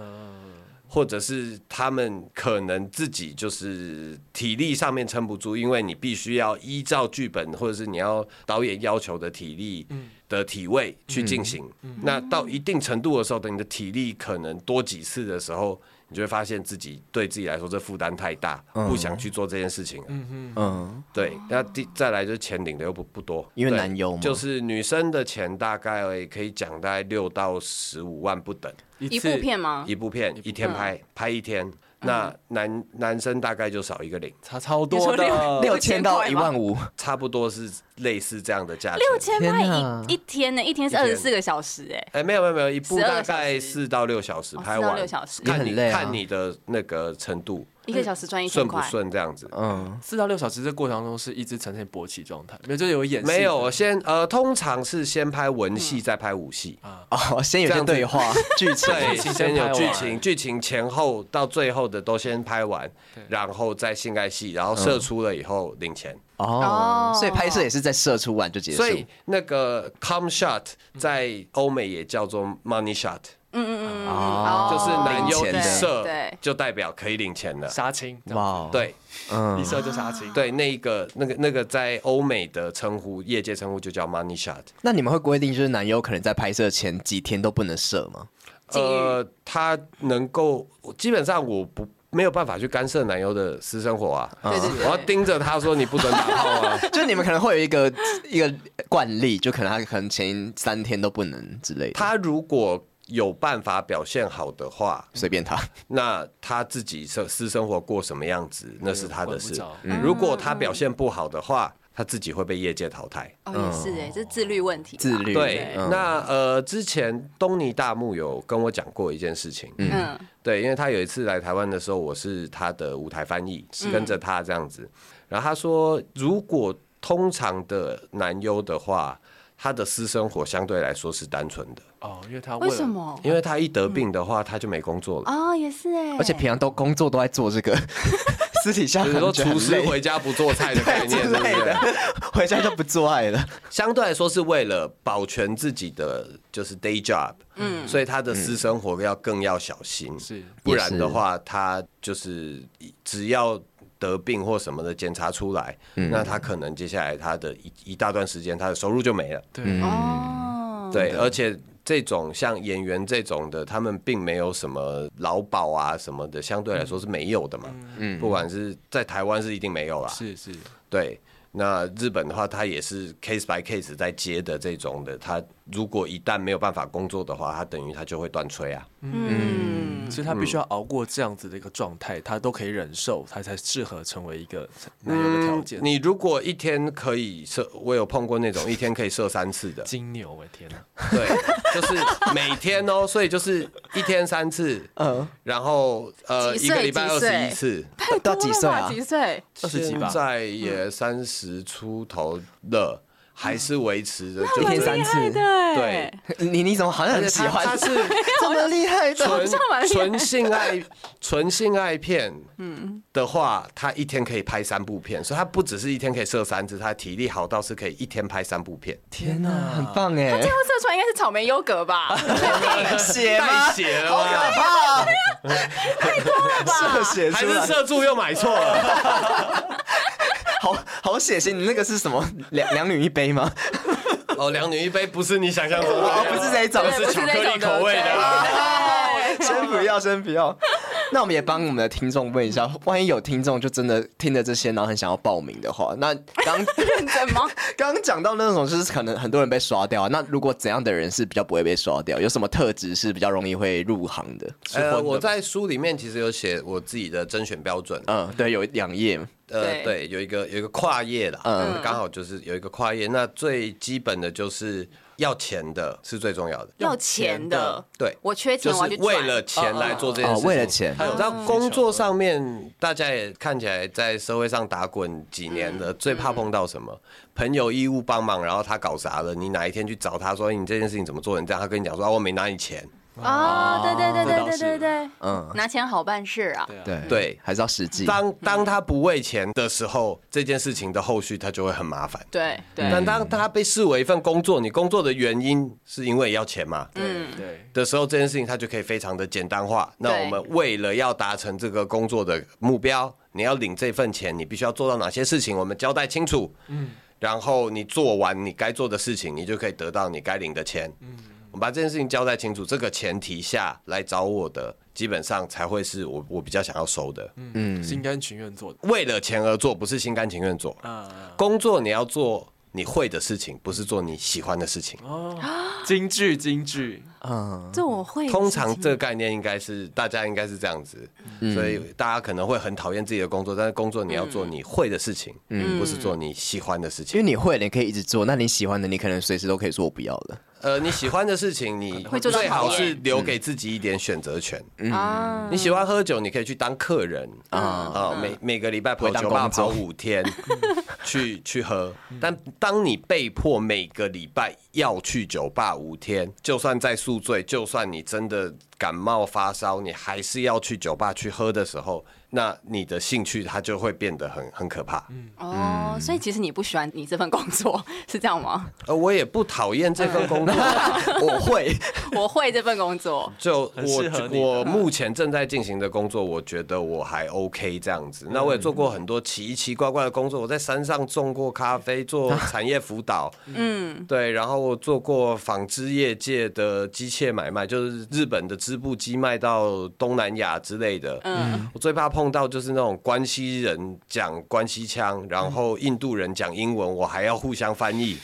Speaker 2: 或者是他们可能自己就是体力上面撑不住，因为你必须要依照剧本或者是你要导演要求的体力的体位去进行。那到一定程度的时候，等你的体力可能多几次的时候，你就会发现自己对自己来说这负担太大，
Speaker 1: 嗯
Speaker 2: 不想去做这件事情了。
Speaker 1: 嗯，
Speaker 3: 哦
Speaker 2: 对，那第再来就是钱领的又不不多，
Speaker 1: 因为
Speaker 2: 对
Speaker 1: 男优嘛
Speaker 2: 就是女生的钱大概可以讲大概六到十五万不等，
Speaker 4: 一
Speaker 3: 一
Speaker 4: 次
Speaker 3: 部片吗？
Speaker 2: 一部片一天
Speaker 3: 啊
Speaker 2: 拍拍一天，
Speaker 3: 嗯
Speaker 2: 那男男生大概就少一个零，
Speaker 4: 差超
Speaker 3: 你
Speaker 4: 多
Speaker 3: 说
Speaker 4: 的，
Speaker 1: 六千到一万五，
Speaker 2: 差不多是类似这样的价钱。
Speaker 3: 六千
Speaker 1: 天
Speaker 3: 块
Speaker 1: 哪
Speaker 3: 一一天呢？一天是
Speaker 2: 一
Speaker 3: 二
Speaker 2: 天
Speaker 3: 十四个小时哎。
Speaker 2: 哎，没有没有没有，一部
Speaker 3: 12小
Speaker 2: 大概
Speaker 3: 时
Speaker 2: 四到六小时
Speaker 3: 哦
Speaker 2: 拍
Speaker 3: 4到
Speaker 2: 完，
Speaker 3: 6小时
Speaker 1: 也
Speaker 2: 看
Speaker 1: 很
Speaker 2: 你
Speaker 1: 累啊
Speaker 2: 看你的那个程度
Speaker 3: 一个小时赚一千
Speaker 2: 顺不
Speaker 3: 块，
Speaker 2: 顺这样子。
Speaker 1: 嗯，
Speaker 4: 四到六小时这过程当中是一直呈现勃起状态，没有就有演戏
Speaker 2: 没有，我先呃，通常是先拍
Speaker 3: 嗯
Speaker 2: 文戏，再拍武戏。
Speaker 1: 哦，先有一
Speaker 2: 这
Speaker 1: 些
Speaker 2: 样子
Speaker 1: 对话剧情，
Speaker 2: 对，
Speaker 4: 情
Speaker 2: 先
Speaker 4: 先
Speaker 2: 有
Speaker 4: 拍
Speaker 2: 剧
Speaker 4: 完
Speaker 2: 情，剧情前后到最后的都先拍完，然后再性爱戏，
Speaker 1: 嗯
Speaker 2: 然后射出了以后领钱。
Speaker 1: 哦
Speaker 3: 哦，
Speaker 1: 所以拍摄也是在射出完就结束
Speaker 2: 所，以那个 com shot 在欧美也叫做 money shot，
Speaker 3: 嗯嗯嗯嗯，
Speaker 1: 哦
Speaker 3: 哦
Speaker 2: 就是男优
Speaker 1: 领钱
Speaker 2: 一
Speaker 1: 的
Speaker 2: 射
Speaker 3: 对，
Speaker 2: 就代表可以领钱了。
Speaker 4: 杀青，
Speaker 1: 哇
Speaker 4: 哇，
Speaker 1: 哦，
Speaker 2: 对
Speaker 4: 一
Speaker 1: 嗯，
Speaker 4: 射就杀青，
Speaker 2: 对，那一个那个那个在欧美的称呼，业界称呼就叫 money shot。
Speaker 1: 那你们会规定就是男优可能在拍摄前几天都不能射吗？
Speaker 3: 禁欲
Speaker 2: 呃，他能够基本上我不没有办法去干涉男优的私生活啊，
Speaker 3: 对对对
Speaker 2: 我要盯着他说你不准打炮啊。
Speaker 1: 就是你们可能会有一个一个惯例，就可能他可能前三天都不能之类的，
Speaker 2: 他如果有办法表现好的话，
Speaker 1: 随便他。
Speaker 2: 那他自己生私生活过什么样子，那是他的事
Speaker 4: 嗯管不着。
Speaker 2: 如果他表现不好的话，他自己会被业界淘汰。
Speaker 3: 哦也是哎，这是自律问题吧，
Speaker 1: 自律
Speaker 2: 对
Speaker 1: 嗯，
Speaker 2: 那呃，之前东尼大木有跟我讲过一件事情，
Speaker 3: 嗯，
Speaker 2: 对，因为他有一次来台湾的时候，我是他的舞台翻译，是跟着他这样子。然后他说，如果通常的男优的话，他的私生活相对来说是单纯的，
Speaker 4: 哦，因为他
Speaker 3: 为
Speaker 4: 了
Speaker 3: 什？么？
Speaker 2: 因为他一得病的话，他就没工作了。
Speaker 3: 哦，也是哎，
Speaker 1: 而且平常都工作都在做这个， 私底下
Speaker 2: 就是
Speaker 1: 可能
Speaker 2: 说
Speaker 1: 觉得很
Speaker 2: 厨师
Speaker 1: 累
Speaker 2: 回家不做菜的概
Speaker 1: 对
Speaker 2: 念，
Speaker 1: 之
Speaker 2: 对不
Speaker 1: 类
Speaker 2: 对？
Speaker 1: 的，回家就不做爱 了。
Speaker 2: 相对来说是为了保全自己的就是 day job，嗯，所以他的私生活要更要小心，
Speaker 4: 是
Speaker 2: 不然的话，他就是只要得病或什么的检查出来，
Speaker 1: 嗯
Speaker 2: 那他可能接下来他的一一大段时间他的收入就没了，
Speaker 4: 对，
Speaker 1: 嗯
Speaker 2: 嗯
Speaker 3: 哦，
Speaker 2: 对，而且。这种像演员这种的，他们并没有什么劳保啊什么的，相对来说是没有的嘛。嗯，不管是在台湾是一定没有啦，
Speaker 4: 是是，
Speaker 2: 对，那日本的话，它也是 case by case 在接的这种的。它如果一旦没有办法工作的话，它等于它就会断炊啊。
Speaker 3: 嗯，
Speaker 4: 所以他必须要熬过这样子的一个状态，他都可以忍受，他才适合成为一个男友的条件。，
Speaker 2: 你如果一天可以射，我有碰过那种一天可以射三次 的
Speaker 4: 金牛，我的天哪！
Speaker 2: 对，就是每天哦，所以就是一天三次，
Speaker 1: 嗯，
Speaker 2: 然后呃
Speaker 3: 几
Speaker 2: 一
Speaker 3: 岁
Speaker 2: 个礼拜
Speaker 3: 几
Speaker 2: 二
Speaker 3: 岁
Speaker 2: 十一次，
Speaker 1: 到几岁
Speaker 3: 多了吧
Speaker 1: 啊？
Speaker 3: 几岁？
Speaker 4: 二十几吧
Speaker 2: 现在也三十出头了。还是维持
Speaker 3: 嗯
Speaker 2: 着，
Speaker 1: 一
Speaker 2: 就
Speaker 1: 天
Speaker 2: 是
Speaker 1: 三次。
Speaker 3: 对
Speaker 2: 对，
Speaker 1: 你你怎么好像很喜欢？
Speaker 2: 他他是
Speaker 1: 这么厉害的，
Speaker 2: 纯
Speaker 3: 像蛮厉害
Speaker 2: 纯性爱 纯性爱片，的话，他一天可以拍三部片，所以他不只是一天可以射三次，他体力好到是可以一天拍三部片，
Speaker 1: 天哪，很棒哎！
Speaker 3: 这样射出来应该是草莓优格 吧？
Speaker 1: 血
Speaker 2: 带
Speaker 1: 吗？
Speaker 2: 血了吗？
Speaker 1: 怕！射血
Speaker 2: 还
Speaker 1: 啊出
Speaker 2: 是
Speaker 1: 来，
Speaker 2: 射柱又买错 了，
Speaker 1: 好好血腥！你那个是什么？两两女一杯吗？
Speaker 2: 哦，两女一杯不是你想象中的那
Speaker 1: 哦
Speaker 2: 样，，
Speaker 1: 不是这一种，
Speaker 2: 是巧克力口味的
Speaker 3: 啦。
Speaker 2: 啦
Speaker 3: 对
Speaker 1: 先不要，先不要。那我们也帮我们的听众问一下，万一有听众就真的听了这些，然后很想要报名的话，那刚
Speaker 3: 认真吗？
Speaker 1: 刚刚讲到那种，就是可能很多人被刷掉啊。那如果怎样的人是比较不会被刷掉？有什么特质是比较容易会入行的？
Speaker 2: 呃，我在书里面其实有写我自己的甄选标准，
Speaker 1: 嗯，对，有两页，
Speaker 2: 呃，
Speaker 3: 对
Speaker 2: 对，有一个有一个跨页啦，
Speaker 1: 嗯
Speaker 2: 刚好就是有一个跨页。那最基本的就是要钱的是最重要的，
Speaker 3: 要钱的，
Speaker 2: 对，
Speaker 3: 我缺钱，
Speaker 2: 就
Speaker 3: 我要去
Speaker 2: 是
Speaker 3: 赚
Speaker 2: 为了钱来做这件事情。
Speaker 1: 哦为了钱
Speaker 2: 还有到工作上面，大家也看起来在社会上打滚几年了，最怕碰到什么
Speaker 3: 嗯
Speaker 2: 朋友义务帮忙，然后他搞砸了，你哪一天去找他说哎你这件事情怎么做成这样，他跟你讲说啊我没拿你钱，
Speaker 3: 啊！对对对
Speaker 2: 这倒
Speaker 3: 对
Speaker 2: 是
Speaker 3: 对对对，
Speaker 1: 嗯，
Speaker 3: 拿钱好办事啊！
Speaker 1: 对
Speaker 2: 对
Speaker 1: 还是要实际。
Speaker 2: 当当他不为钱的时候，这件事情的后续他就会很麻烦。
Speaker 3: 对对，
Speaker 2: 但当他被视为一份工作，你工作的原因是因为要钱嘛？
Speaker 3: 嗯，
Speaker 4: 对，
Speaker 2: 的时候，这件事情它就可以非常的简单化。那
Speaker 3: 对
Speaker 2: 我们为了要达成这个工作的目标，你要领这份钱，你必须要做到哪些事情，我们交代清楚。嗯，然后你做完你该做的事情，你就可以得到你该领的钱。嗯，我们把这件事情交代清楚，这个前提下来找我的，基本上才会是我我比较想要收的。
Speaker 4: 嗯，心甘情愿做的，
Speaker 2: 为了钱而做，不是心甘情愿做。
Speaker 4: 啊，
Speaker 2: 工作你要做你会的事情，不是做你喜欢的事情。
Speaker 4: 京剧京剧，
Speaker 1: 嗯，
Speaker 3: 这我会的事情。
Speaker 2: 通常这个概念应该是大家应该是这样子，所以大家可能会很讨厌自己的工作，但是工作你要
Speaker 3: 嗯
Speaker 2: 做你会的事情，不是做你喜欢的事
Speaker 1: 因
Speaker 2: 情。
Speaker 1: 为你会了，你可以一直做；那你喜欢的，你可能随时都可以说我不要了。
Speaker 2: 呃，你喜欢的事情，你
Speaker 3: 会做到
Speaker 2: 最
Speaker 3: 讨
Speaker 2: 好
Speaker 3: 厌
Speaker 2: 是留给自己一点选择权。
Speaker 3: 啊，
Speaker 2: 你喜欢喝酒，你可以去当客人啊啊，每每个礼拜跑
Speaker 1: 不会当
Speaker 2: 酒吧
Speaker 1: 工作
Speaker 2: 跑五天， 去去喝。但当你被迫每个礼拜要去酒吧五天，就算再宿醉，就算你真的感冒发烧，你还是要去酒吧去喝的时候，那你的兴趣它就会变得很很可怕。嗯
Speaker 3: 哦，所以其实你不喜欢你这份工作，是这样吗？
Speaker 2: 呃，我也不讨厌这份工作，
Speaker 1: 我会，
Speaker 3: 我会这份工作，
Speaker 2: 就
Speaker 4: 很适合
Speaker 2: 我
Speaker 4: 你的
Speaker 2: 我目前正在进行的工作，我觉得我还 OK 这样子。那
Speaker 4: 嗯
Speaker 2: 我也做过很多奇奇怪怪的工作，我在山上种过咖啡，做产业辅导，
Speaker 3: 嗯，
Speaker 2: 对，然后我做过纺织业界的机械买卖，就是日本的织布机卖到东南亚之类的。
Speaker 3: 嗯，
Speaker 2: 我最怕碰到就是那种关西人讲关西腔，然后印度人讲英文，我还要互相翻译。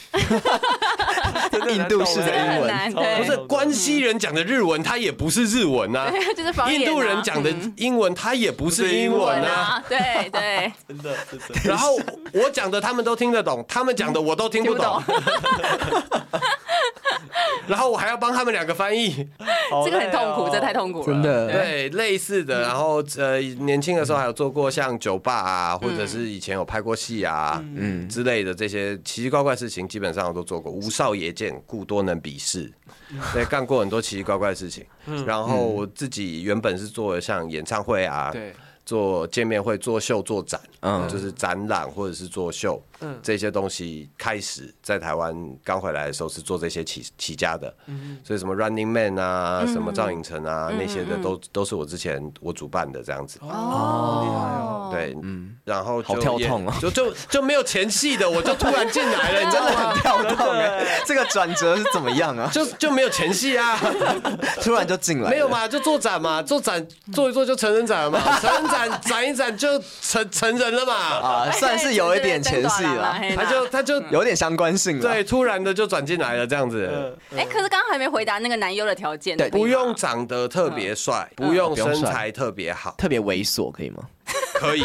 Speaker 1: 印度式的英
Speaker 3: 很
Speaker 1: 文，
Speaker 3: 难，对
Speaker 2: 不是关西人讲的日文，它也不是日文啊。
Speaker 3: 就是方言
Speaker 2: 印
Speaker 3: 啊
Speaker 2: 度人讲的
Speaker 3: 嗯
Speaker 2: 英文，它也不是英文
Speaker 3: 文
Speaker 2: 啊。
Speaker 3: 啊，对对，
Speaker 4: 真的真的，
Speaker 2: 然后我讲的他们都听得懂，他们讲的我都 听不懂。 然后我还要帮他们两个翻译，
Speaker 3: 这个很痛
Speaker 4: 哦
Speaker 3: 苦，这太痛苦了，
Speaker 1: 真的
Speaker 2: 对类似的。然后呃，年轻的时候还有做过像酒吧啊，或者是以前有拍过戏啊，嗯之类的这些奇奇怪怪的事情，基本上我都做过。无少爷见，故多能鄙视。对，干过很多奇奇怪怪的事情。然后我自己原本是做像演唱会啊，
Speaker 4: 对，
Speaker 2: 做见面会、做秀、做展，
Speaker 1: 嗯
Speaker 2: 嗯，就是展览或者是做秀，嗯，这些东西开始在台湾刚回来的时候是做这些起起家的，嗯，所以什么 Running Man 啊，什么赵寅成啊、那些的都都是我之前我主办的这样子，
Speaker 3: 哦，
Speaker 2: 对，嗯，然后就
Speaker 1: 好跳
Speaker 2: 也
Speaker 1: 痛哦
Speaker 2: 就就就没有前戏的，我就突然进来 了，你知
Speaker 1: 真
Speaker 2: 道
Speaker 1: 的
Speaker 2: 吗？
Speaker 1: 很跳动哎，这个转折是怎么样啊？
Speaker 2: 就就没有前戏啊，
Speaker 1: 突然就进来，
Speaker 2: 没有？嘛，就做展嘛，做展做一做就成人展 了嘛，成人展展一展就成成人了嘛，
Speaker 1: 啊，算是有一点前戏
Speaker 3: 了
Speaker 1: 了，，
Speaker 2: 他哎就他就
Speaker 1: 有点相关性了。
Speaker 2: 对，突然的就转进来了这样
Speaker 4: 嗯
Speaker 2: 子，
Speaker 3: 哎，可是刚刚还没回答那个男优的条件，
Speaker 1: 对
Speaker 3: 对吗
Speaker 2: 不用长得特别帅，不用身材特别好，
Speaker 1: 特别猥琐，可以吗？
Speaker 2: 可以，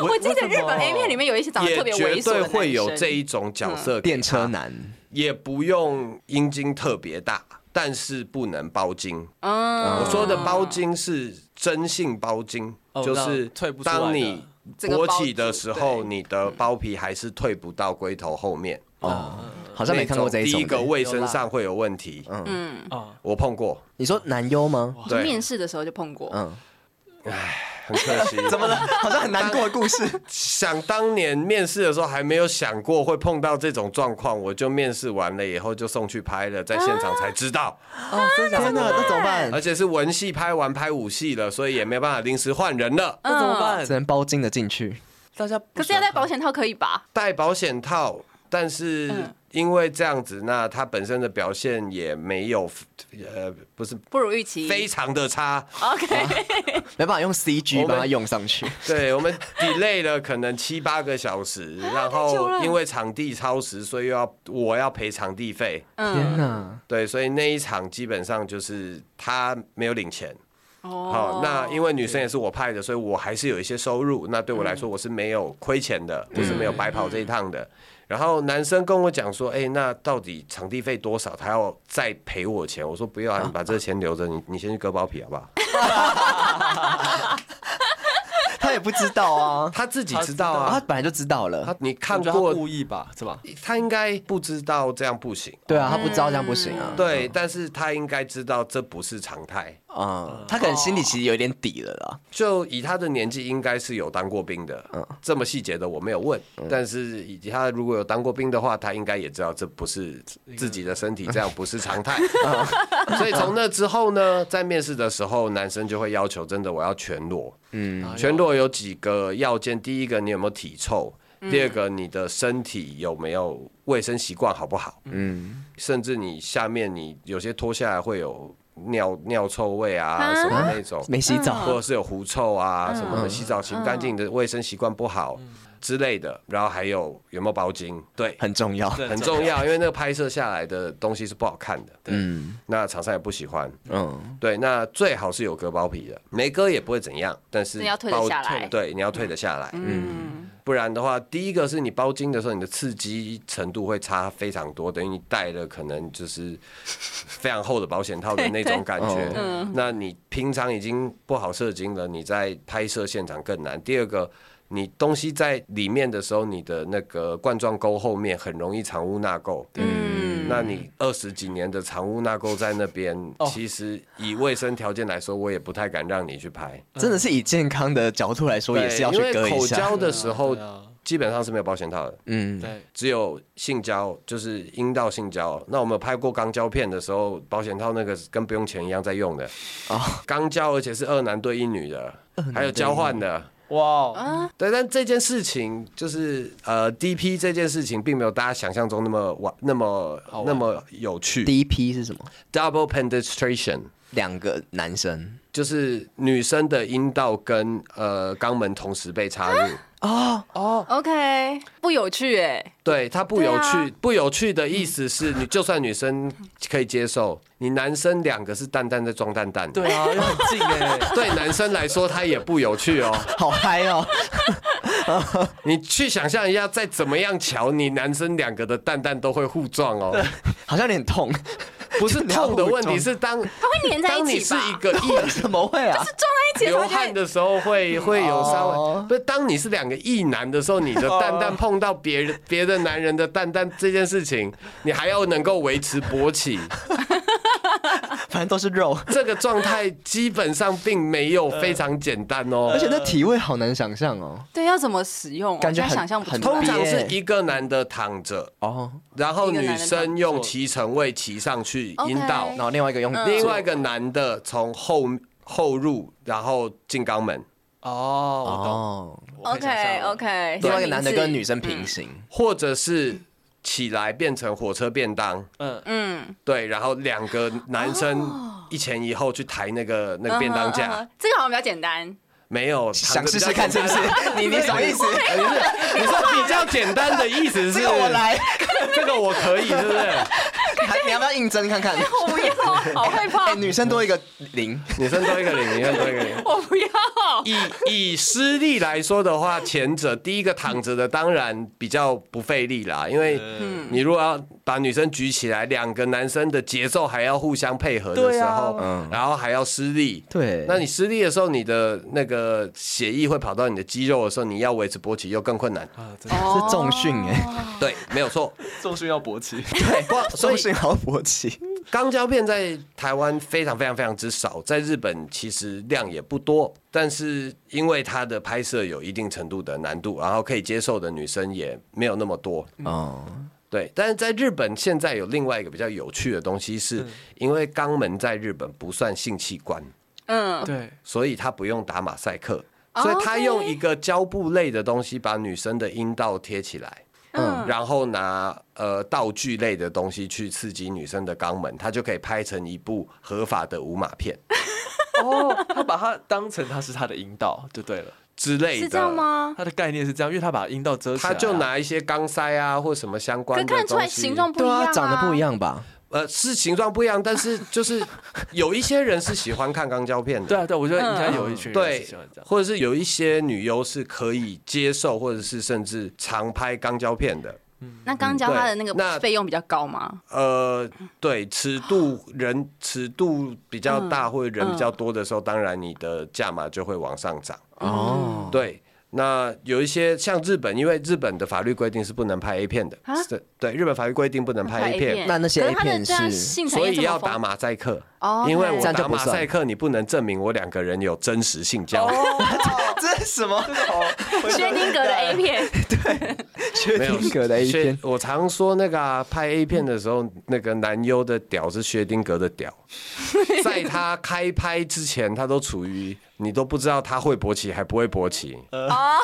Speaker 3: 我记得日本 A 片里面有一些长得特
Speaker 2: 也
Speaker 3: 别
Speaker 2: 绝
Speaker 3: 猥琐的
Speaker 2: 对
Speaker 3: 男
Speaker 2: 会有
Speaker 3: 生
Speaker 2: 这一种角色给他
Speaker 1: 嗯电车，男，
Speaker 2: 也不用阴茎特别大，但是不能包茎。
Speaker 3: 嗯，
Speaker 2: 我说的包茎是真性包茎，
Speaker 4: 哦
Speaker 2: 就是
Speaker 4: 那退不出来的
Speaker 2: 当你
Speaker 3: 这个
Speaker 2: 勃
Speaker 3: 包
Speaker 2: 起的时
Speaker 3: 住
Speaker 2: 候，
Speaker 3: 对
Speaker 2: 你的包皮还是退不到龟头后面。
Speaker 1: 哦，
Speaker 4: 嗯
Speaker 1: 好像没看过这一
Speaker 2: 那
Speaker 1: 种
Speaker 2: 第
Speaker 1: 的。
Speaker 2: 一个卫生上会有问题，
Speaker 3: 嗯，
Speaker 4: 啊，
Speaker 2: 我碰过，
Speaker 1: 你说男优吗？
Speaker 3: 我
Speaker 2: 嗯对
Speaker 3: 面试的时候就碰过，
Speaker 1: 嗯，
Speaker 2: 很可惜。
Speaker 1: 怎么了？好像很难过的故事。
Speaker 2: 想当年面试的时候还没有想过会碰到这种状况，我就面试完了以后就送去拍了，在现场才知道，
Speaker 1: 哦，真的？天哪，那怎么办？
Speaker 2: 而且是文戏拍完拍武戏了，所以也没办法临时换人了。嗯
Speaker 4: 那怎么办
Speaker 1: 只？能包金的进去。
Speaker 4: 大家不
Speaker 3: 可是要戴保险套可以吧？
Speaker 2: 戴保险套，但是
Speaker 3: 嗯
Speaker 2: 因为这样子，那他本身的表现也没有，呃，不是
Speaker 3: 不如预期。
Speaker 2: 非常啊的差。
Speaker 3: OK，
Speaker 1: 没办法用 CG
Speaker 2: 我们
Speaker 1: 把它用上去，
Speaker 2: 对我们 delay 了可能七八个小时，然后因为场地超时，所以又要我要赔场地费。
Speaker 1: 天
Speaker 3: 嗯，
Speaker 1: 哪！
Speaker 2: 对，所以那一场基本上就是他没有领钱。好、
Speaker 3: 哦
Speaker 2: 那因为女生也是我派的，所以我还是有一些收入。那对我来说，我是没有亏钱的，我是没有白跑这一趟的。然后男生跟我讲说：“哎、那到底场地费多少？他要再赔我钱。”我说：“不要、啊，你把这个钱留着，你你先去割包皮好不好
Speaker 1: 他也不知道？” 啊，
Speaker 2: 他自己知道
Speaker 1: 他
Speaker 2: 啊，
Speaker 1: 本来就知道了
Speaker 2: 他。你看
Speaker 4: 看过
Speaker 2: 过，
Speaker 4: 故意吧，是吧？
Speaker 2: 他应该不知道这样不行。
Speaker 1: 对啊，他不知道这样不行啊。
Speaker 2: 对，但是他应该知道这不是常态。
Speaker 1: 嗯，他可能心里其实有一点底了啦。
Speaker 2: 就以他的年纪，应该是有当过兵的。
Speaker 1: 嗯
Speaker 2: 这么细节的我没有问，但是以他如果有当过兵的话，他应该也知道这不是自己的身体， 这样不是常态。
Speaker 1: 嗯
Speaker 2: 所以从那之后呢，在面试的时候，男生就会要求真的我要全裸。
Speaker 1: 嗯，
Speaker 4: 啊
Speaker 2: 全裸有几个要件，第一个你有没有体臭，
Speaker 1: 嗯
Speaker 2: 第二个你的身体有没有卫生习惯好不好，
Speaker 1: 嗯，
Speaker 2: 甚至你下面你有些脱下来会有尿尿臭味啊什么那种。
Speaker 1: 没洗
Speaker 3: 嗯
Speaker 2: 或
Speaker 1: 澡
Speaker 2: 者是有狐臭啊什么的，洗澡洗不干净，你的卫生习惯不好之类的，然后还有有没有包巾，对，
Speaker 1: 很重要。
Speaker 4: 对
Speaker 2: 很重要，因为那个拍摄下来的东西是不好看的，
Speaker 1: 嗯
Speaker 2: 那厂商也不喜欢，
Speaker 1: 嗯，
Speaker 2: 对，那最好是有割包皮的，没割也不会怎样，但是
Speaker 3: 你要退得
Speaker 2: 包
Speaker 3: 下来
Speaker 2: 对，你要退得下来，
Speaker 3: 嗯，
Speaker 2: 不然的话，第一个是你包巾的时候，你的刺激程度会差非常多，等于你戴了可能就是非常厚的保险套的那种感
Speaker 1: 对
Speaker 2: 觉
Speaker 1: 对。
Speaker 4: 嗯
Speaker 2: 那你平常已经不好射精了，你在拍摄现场更难。第二个，你东西在里面的时候，你的那个冠状沟后面很容易藏污纳垢。嗯，那你二十几年的藏污纳垢在那边，
Speaker 4: 哦
Speaker 2: 其实以卫生条件来说，我也不太敢让你去拍。
Speaker 1: 真的是以健康的角度来说，也是要去
Speaker 2: 对因
Speaker 1: 割
Speaker 2: 为
Speaker 1: 一
Speaker 2: 口
Speaker 1: 下
Speaker 2: 交。的时候
Speaker 4: 对啊，
Speaker 2: 基本上是没有保险套的。
Speaker 1: 嗯，
Speaker 4: 对，啊
Speaker 2: 只有性交，就是阴道性交。那我们拍过肛交片的时候，保险套那个跟不用钱一样在用的。
Speaker 1: 哦
Speaker 2: 肛交而且是二男对一女的，还有交换的。
Speaker 4: 哇
Speaker 3: 啊
Speaker 4: 哦，
Speaker 2: 对，但这件事情就是呃，DP 这件事情并没有大家想象中那么完、那么
Speaker 4: 玩
Speaker 2: 那么有趣。
Speaker 1: 第一批是什么？
Speaker 2: Double penetration
Speaker 1: 两个男生
Speaker 2: 就是女生的阴道跟呃肛门同时被插入。
Speaker 3: OK，不有趣哎，
Speaker 2: 对它不有趣，
Speaker 3: 对啊
Speaker 2: 不有趣的意思是你就算女生可以接受，你男生两个是蛋蛋在装蛋蛋，
Speaker 4: 对啊，又很近哎，
Speaker 2: 对男生来说他也不有趣哦。
Speaker 1: 好嗨哦！
Speaker 2: 你去想象一下，再怎么样瞧，你男生两个的蛋蛋都会互撞哦，
Speaker 1: 好像有点痛，
Speaker 2: 不是痛的问题，是当
Speaker 3: 它会粘在一
Speaker 2: 当你
Speaker 3: 起
Speaker 2: 是
Speaker 3: 吧？
Speaker 2: 一个 异
Speaker 1: 怎么会啊？
Speaker 3: 撞在一起的时
Speaker 2: 流
Speaker 3: 候就
Speaker 2: 汗
Speaker 3: 会
Speaker 2: 的时候
Speaker 3: 嗯
Speaker 2: 会会有稍
Speaker 1: 哦
Speaker 2: 微，不是当你是两个异男的时候，你的
Speaker 3: 哦
Speaker 2: 蛋蛋碰到别人别的男人的蛋蛋这件事情，你还要能够维持勃起。
Speaker 1: 反正都是肉，
Speaker 2: 这个状态基本上并没有非常简单哦
Speaker 1: 而。且那体味好难想象哦。
Speaker 3: 对要怎么使用哦，
Speaker 1: 感觉
Speaker 3: 现在
Speaker 1: 很
Speaker 3: 想象不
Speaker 1: 很
Speaker 3: 出
Speaker 2: 通
Speaker 3: 来。
Speaker 2: 常是一个男的躺着，
Speaker 1: 哦，
Speaker 2: 然后女生用脐橙位骑上去阴道
Speaker 3: OK，嗯
Speaker 1: 然后另外一个用
Speaker 2: 另外一个男的从后后入，然后进肛门，
Speaker 4: 哦，
Speaker 1: 哦，
Speaker 4: 我懂我可以想象
Speaker 3: OK
Speaker 4: 了
Speaker 3: OK，
Speaker 1: 另外一个男的跟女生平行，
Speaker 2: 或者是起来变成火车便当，
Speaker 4: 嗯，
Speaker 3: 嗯，
Speaker 2: 对，然后两个男生一前一后去抬那个那个便当
Speaker 3: 哦嗯哼，嗯嗯
Speaker 2: 架
Speaker 3: 哼，这个好像比较简单。
Speaker 2: 没有
Speaker 1: 想试试看是不是？你你什么 意思？
Speaker 2: 躺着比较简单？呃你是你是比较简单的意思是？
Speaker 1: 这个我，来，
Speaker 2: 这个我可以，是不是？
Speaker 1: 你要不要应征看看？
Speaker 3: 我不要，好害怕
Speaker 1: 哎，，女生多一个零，
Speaker 2: 女生多一个零，女生多一个零。
Speaker 3: 我不要。
Speaker 2: 以以施力来说的嗯话，前者第一个躺着的当然比较不费力啦，因为你如果要把女生举起来，两个男生的节奏还要互相配合的时候，
Speaker 4: 对
Speaker 1: 啊
Speaker 2: 然后还要施力。
Speaker 1: 对
Speaker 2: 那你施力的时候，你的那个血液会跑到你的肌肉的时候，你要维持勃起又更困难。
Speaker 4: 啊，真的
Speaker 1: 是
Speaker 3: 是
Speaker 1: 重训哎，
Speaker 2: 对，没有错。
Speaker 4: 重训要勃起，
Speaker 2: 对，不所
Speaker 1: 重
Speaker 2: 以
Speaker 1: 训好勃起，
Speaker 2: 钢胶片在台湾非常非常非常之少，在日本其实量也不多，但是因为它的拍摄有一定程度的难度，然后可以接受的女生也没有那么多。
Speaker 1: 哦，
Speaker 2: 对，但是在日本现在有另外一个比较有趣的东西是，因为肛门在日本不算性器官，
Speaker 3: 嗯，
Speaker 4: 对，
Speaker 2: 所以他不用打马赛克，
Speaker 3: 哦
Speaker 2: 所以他用一个胶布类的东西把女生的阴道贴起来，
Speaker 1: 嗯
Speaker 2: 然后拿呃道具类的东西去刺激女生的肛门，他就可以拍成一部合法的无码片
Speaker 4: 哦，他把它当成他是他的阴道就对了，
Speaker 2: 之类的。
Speaker 3: 是这样？吗？
Speaker 4: 他的概念是这样，因为他把阴道遮起来
Speaker 2: 他
Speaker 4: 啊，
Speaker 2: 就拿一些钢塞啊或什么相关
Speaker 3: 可
Speaker 2: 的东西，
Speaker 3: 看出来形状不一
Speaker 1: 对
Speaker 3: 样、
Speaker 1: 啊，长得不一。样吧？
Speaker 2: 呃是形状不一样，但是就是有一些人是喜欢看钢胶片的，
Speaker 4: 对啊，对啊，我觉得应该
Speaker 3: 嗯
Speaker 4: 有一群人
Speaker 2: 对
Speaker 4: 是喜欢这，样。
Speaker 2: 或者是有一些女优是可以接受，或者是甚至常拍钢胶片的。
Speaker 3: 那刚教他的那
Speaker 2: 嗯对那
Speaker 3: 个费用比较高吗？
Speaker 2: 呃，对，尺度人尺度比较大或者人比较多的时候，当然你的价码就会往上涨。
Speaker 1: 哦，
Speaker 2: 对，那有一些像日本，因为日本的法律规定是不能拍 A 片的
Speaker 3: 啊，
Speaker 2: 是对，日本法律规定不能拍 A 片，
Speaker 1: 那那些
Speaker 3: 可是他
Speaker 1: A 片
Speaker 3: 的
Speaker 1: 是
Speaker 3: 这样性产
Speaker 2: 所
Speaker 3: 业
Speaker 2: 以
Speaker 3: 这
Speaker 2: 要
Speaker 3: 么
Speaker 2: 打
Speaker 3: 丰
Speaker 2: 马赛克。
Speaker 3: 哦
Speaker 2: 因为我
Speaker 1: 这样就
Speaker 2: 打
Speaker 1: 不
Speaker 2: 马
Speaker 1: 算
Speaker 2: 赛克，你不能证明我两个人有真实性交。
Speaker 1: 这是什么？
Speaker 3: 薛定 格的 A 片，
Speaker 1: 啊薛
Speaker 2: 没有
Speaker 1: 定谔的 A
Speaker 2: 薛
Speaker 1: 片，
Speaker 2: 我常说那个、啊、拍 A 片的时候，那个男优的屌是薛定谔的屌，在他开拍之前，他都处于你都不知道他会勃起还不会勃起，哦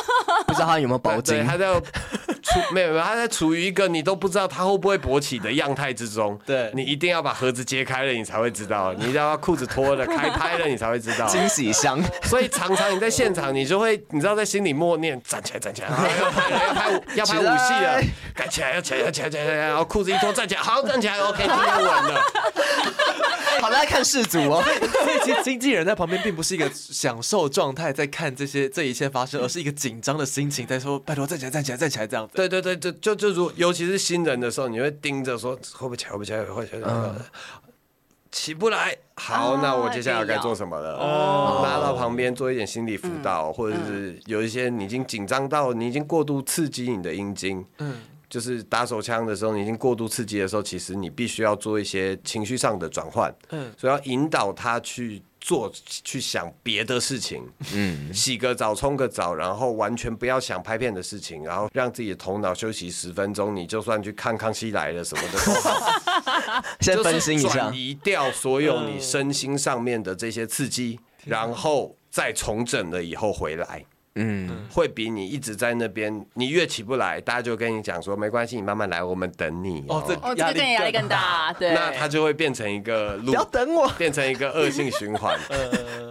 Speaker 1: 不知道他有没有包
Speaker 2: 对
Speaker 1: 茎？
Speaker 2: 他在处没有没有，他在处于一个你都不知道他会不会勃起的样态之中。
Speaker 4: 对
Speaker 2: 你一定要把盒子揭开了，你才会知道；你一定要把裤子脱了，开拍了，你才会知道。
Speaker 1: 惊喜 箱，
Speaker 2: 所以常常你在现场，你就会你知道在心里默念站起来站起来，好要拍了要拍武要拍武戏了，赶起来要起来要起来起来，然后裤子一脱站起来，好站起来，OK，今天稳了。
Speaker 1: 好了，看世祖哦，
Speaker 4: 所以其实经纪人在旁边并不是一个享受状态在看这些这一切发生，而是一个紧张的心情在说拜托站起来站起来站起来这样子。
Speaker 2: 对对对，就就就如尤其是新人的时候，你会盯着说会不会起来会不会起来会不会起来。起不来，好，
Speaker 3: 啊
Speaker 2: 那我接下来该
Speaker 3: 这样
Speaker 2: 做什么了？拉到旁边做一点心理辅导，或者是有一些你已经紧张到你已经过度刺激你的阴茎，
Speaker 4: 嗯，
Speaker 2: 就是打手枪的时候，你已经过度刺激的时候，其实你必须要做一些情绪上的转换，
Speaker 4: 嗯
Speaker 2: 嗯，所以要引导他去做、去想别的事情，嗯，洗个澡、冲个澡，然后完全不要想拍片的事情，然后让自己的头脑休息十分钟，你就算去看《康熙来了》什么的都好，
Speaker 1: 先
Speaker 2: 就是
Speaker 1: 分心一下
Speaker 2: 转，移掉所有你身心上面的这些刺激，然后再重整了以后回来。
Speaker 1: 嗯，
Speaker 2: 会比你一直在那边，你越起不来，大家就跟你讲说没关系，你慢慢来，我们等你哦。
Speaker 4: 哦，这
Speaker 3: 哦，这个更压力更。大， 对。
Speaker 2: 那它就会变成一个
Speaker 1: 不
Speaker 2: 路，
Speaker 1: 要等我，
Speaker 2: 变成一个恶性循环，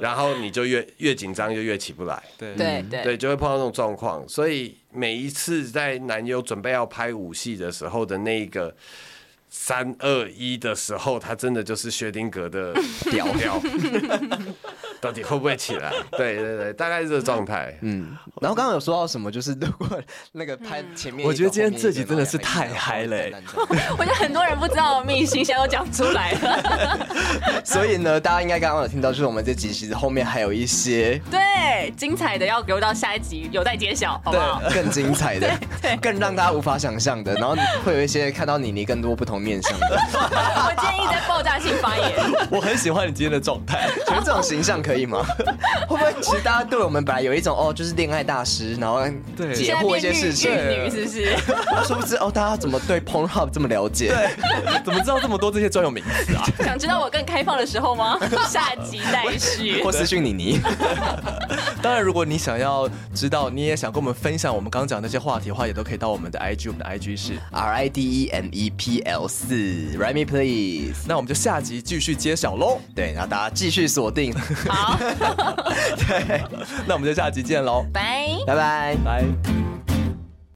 Speaker 2: 然后你就越越紧张就越起不来，
Speaker 4: 对
Speaker 3: 对对
Speaker 2: 对，就会碰到这种状况。所以每一次在男优准备要拍武戏的时候的那一个三二一的时候，他真的就是薛定谔的屌屌，到底会不会起来？对对对，大概是这个状态。
Speaker 1: 嗯，然后刚刚有说到什么，就是 如果那个拍
Speaker 3: 嗯
Speaker 1: 前面一个，
Speaker 4: 我觉得今天
Speaker 1: 后面一
Speaker 4: 这
Speaker 1: 个
Speaker 4: 集真的是太嗨了欸
Speaker 1: 然后两个 一起
Speaker 3: 我觉得很多人不知道我秘辛，现在都讲出来了。
Speaker 1: 所以呢，大家应该刚刚有听到，就是我们这集其实后面还有一些
Speaker 3: 对，精彩的要留到下一集，有待揭晓，好不好？
Speaker 1: 更精彩的、更让大家无法想象的，然后会有一些看到妮妮更多不同面向的。
Speaker 3: 我建议在爆炸性发言。
Speaker 4: 嗯我很喜欢你今天的状态。
Speaker 1: 觉得这种形象可以吗？ 会不会其实大家对我们本来有一种哦，就是恋爱大师，然后
Speaker 4: 对
Speaker 1: 解
Speaker 3: 现在
Speaker 1: 惑一
Speaker 3: 变
Speaker 1: 些事情，
Speaker 3: 玉女是不是？
Speaker 1: 殊不知哦，大家怎么对 Pornhub 这么了解？对，
Speaker 4: 怎么知道这么多这些专有名词啊？
Speaker 3: 想知道我更开放的时候吗？下集待续
Speaker 1: 或。私讯妮妮。
Speaker 4: 当然，如果你想要知道，你也想跟我们分享我们刚刚讲的那些话题的话，也都可以到我们的 IG，我们的 IG 是。
Speaker 1: R I D E M E P L 四，Write me please。
Speaker 4: 那我们就下集继续揭晓喽。
Speaker 1: 对，然后大家继续锁定，
Speaker 3: 好，
Speaker 4: 那我们就下集见喽，
Speaker 3: 拜。
Speaker 1: 拜拜。
Speaker 4: 拜。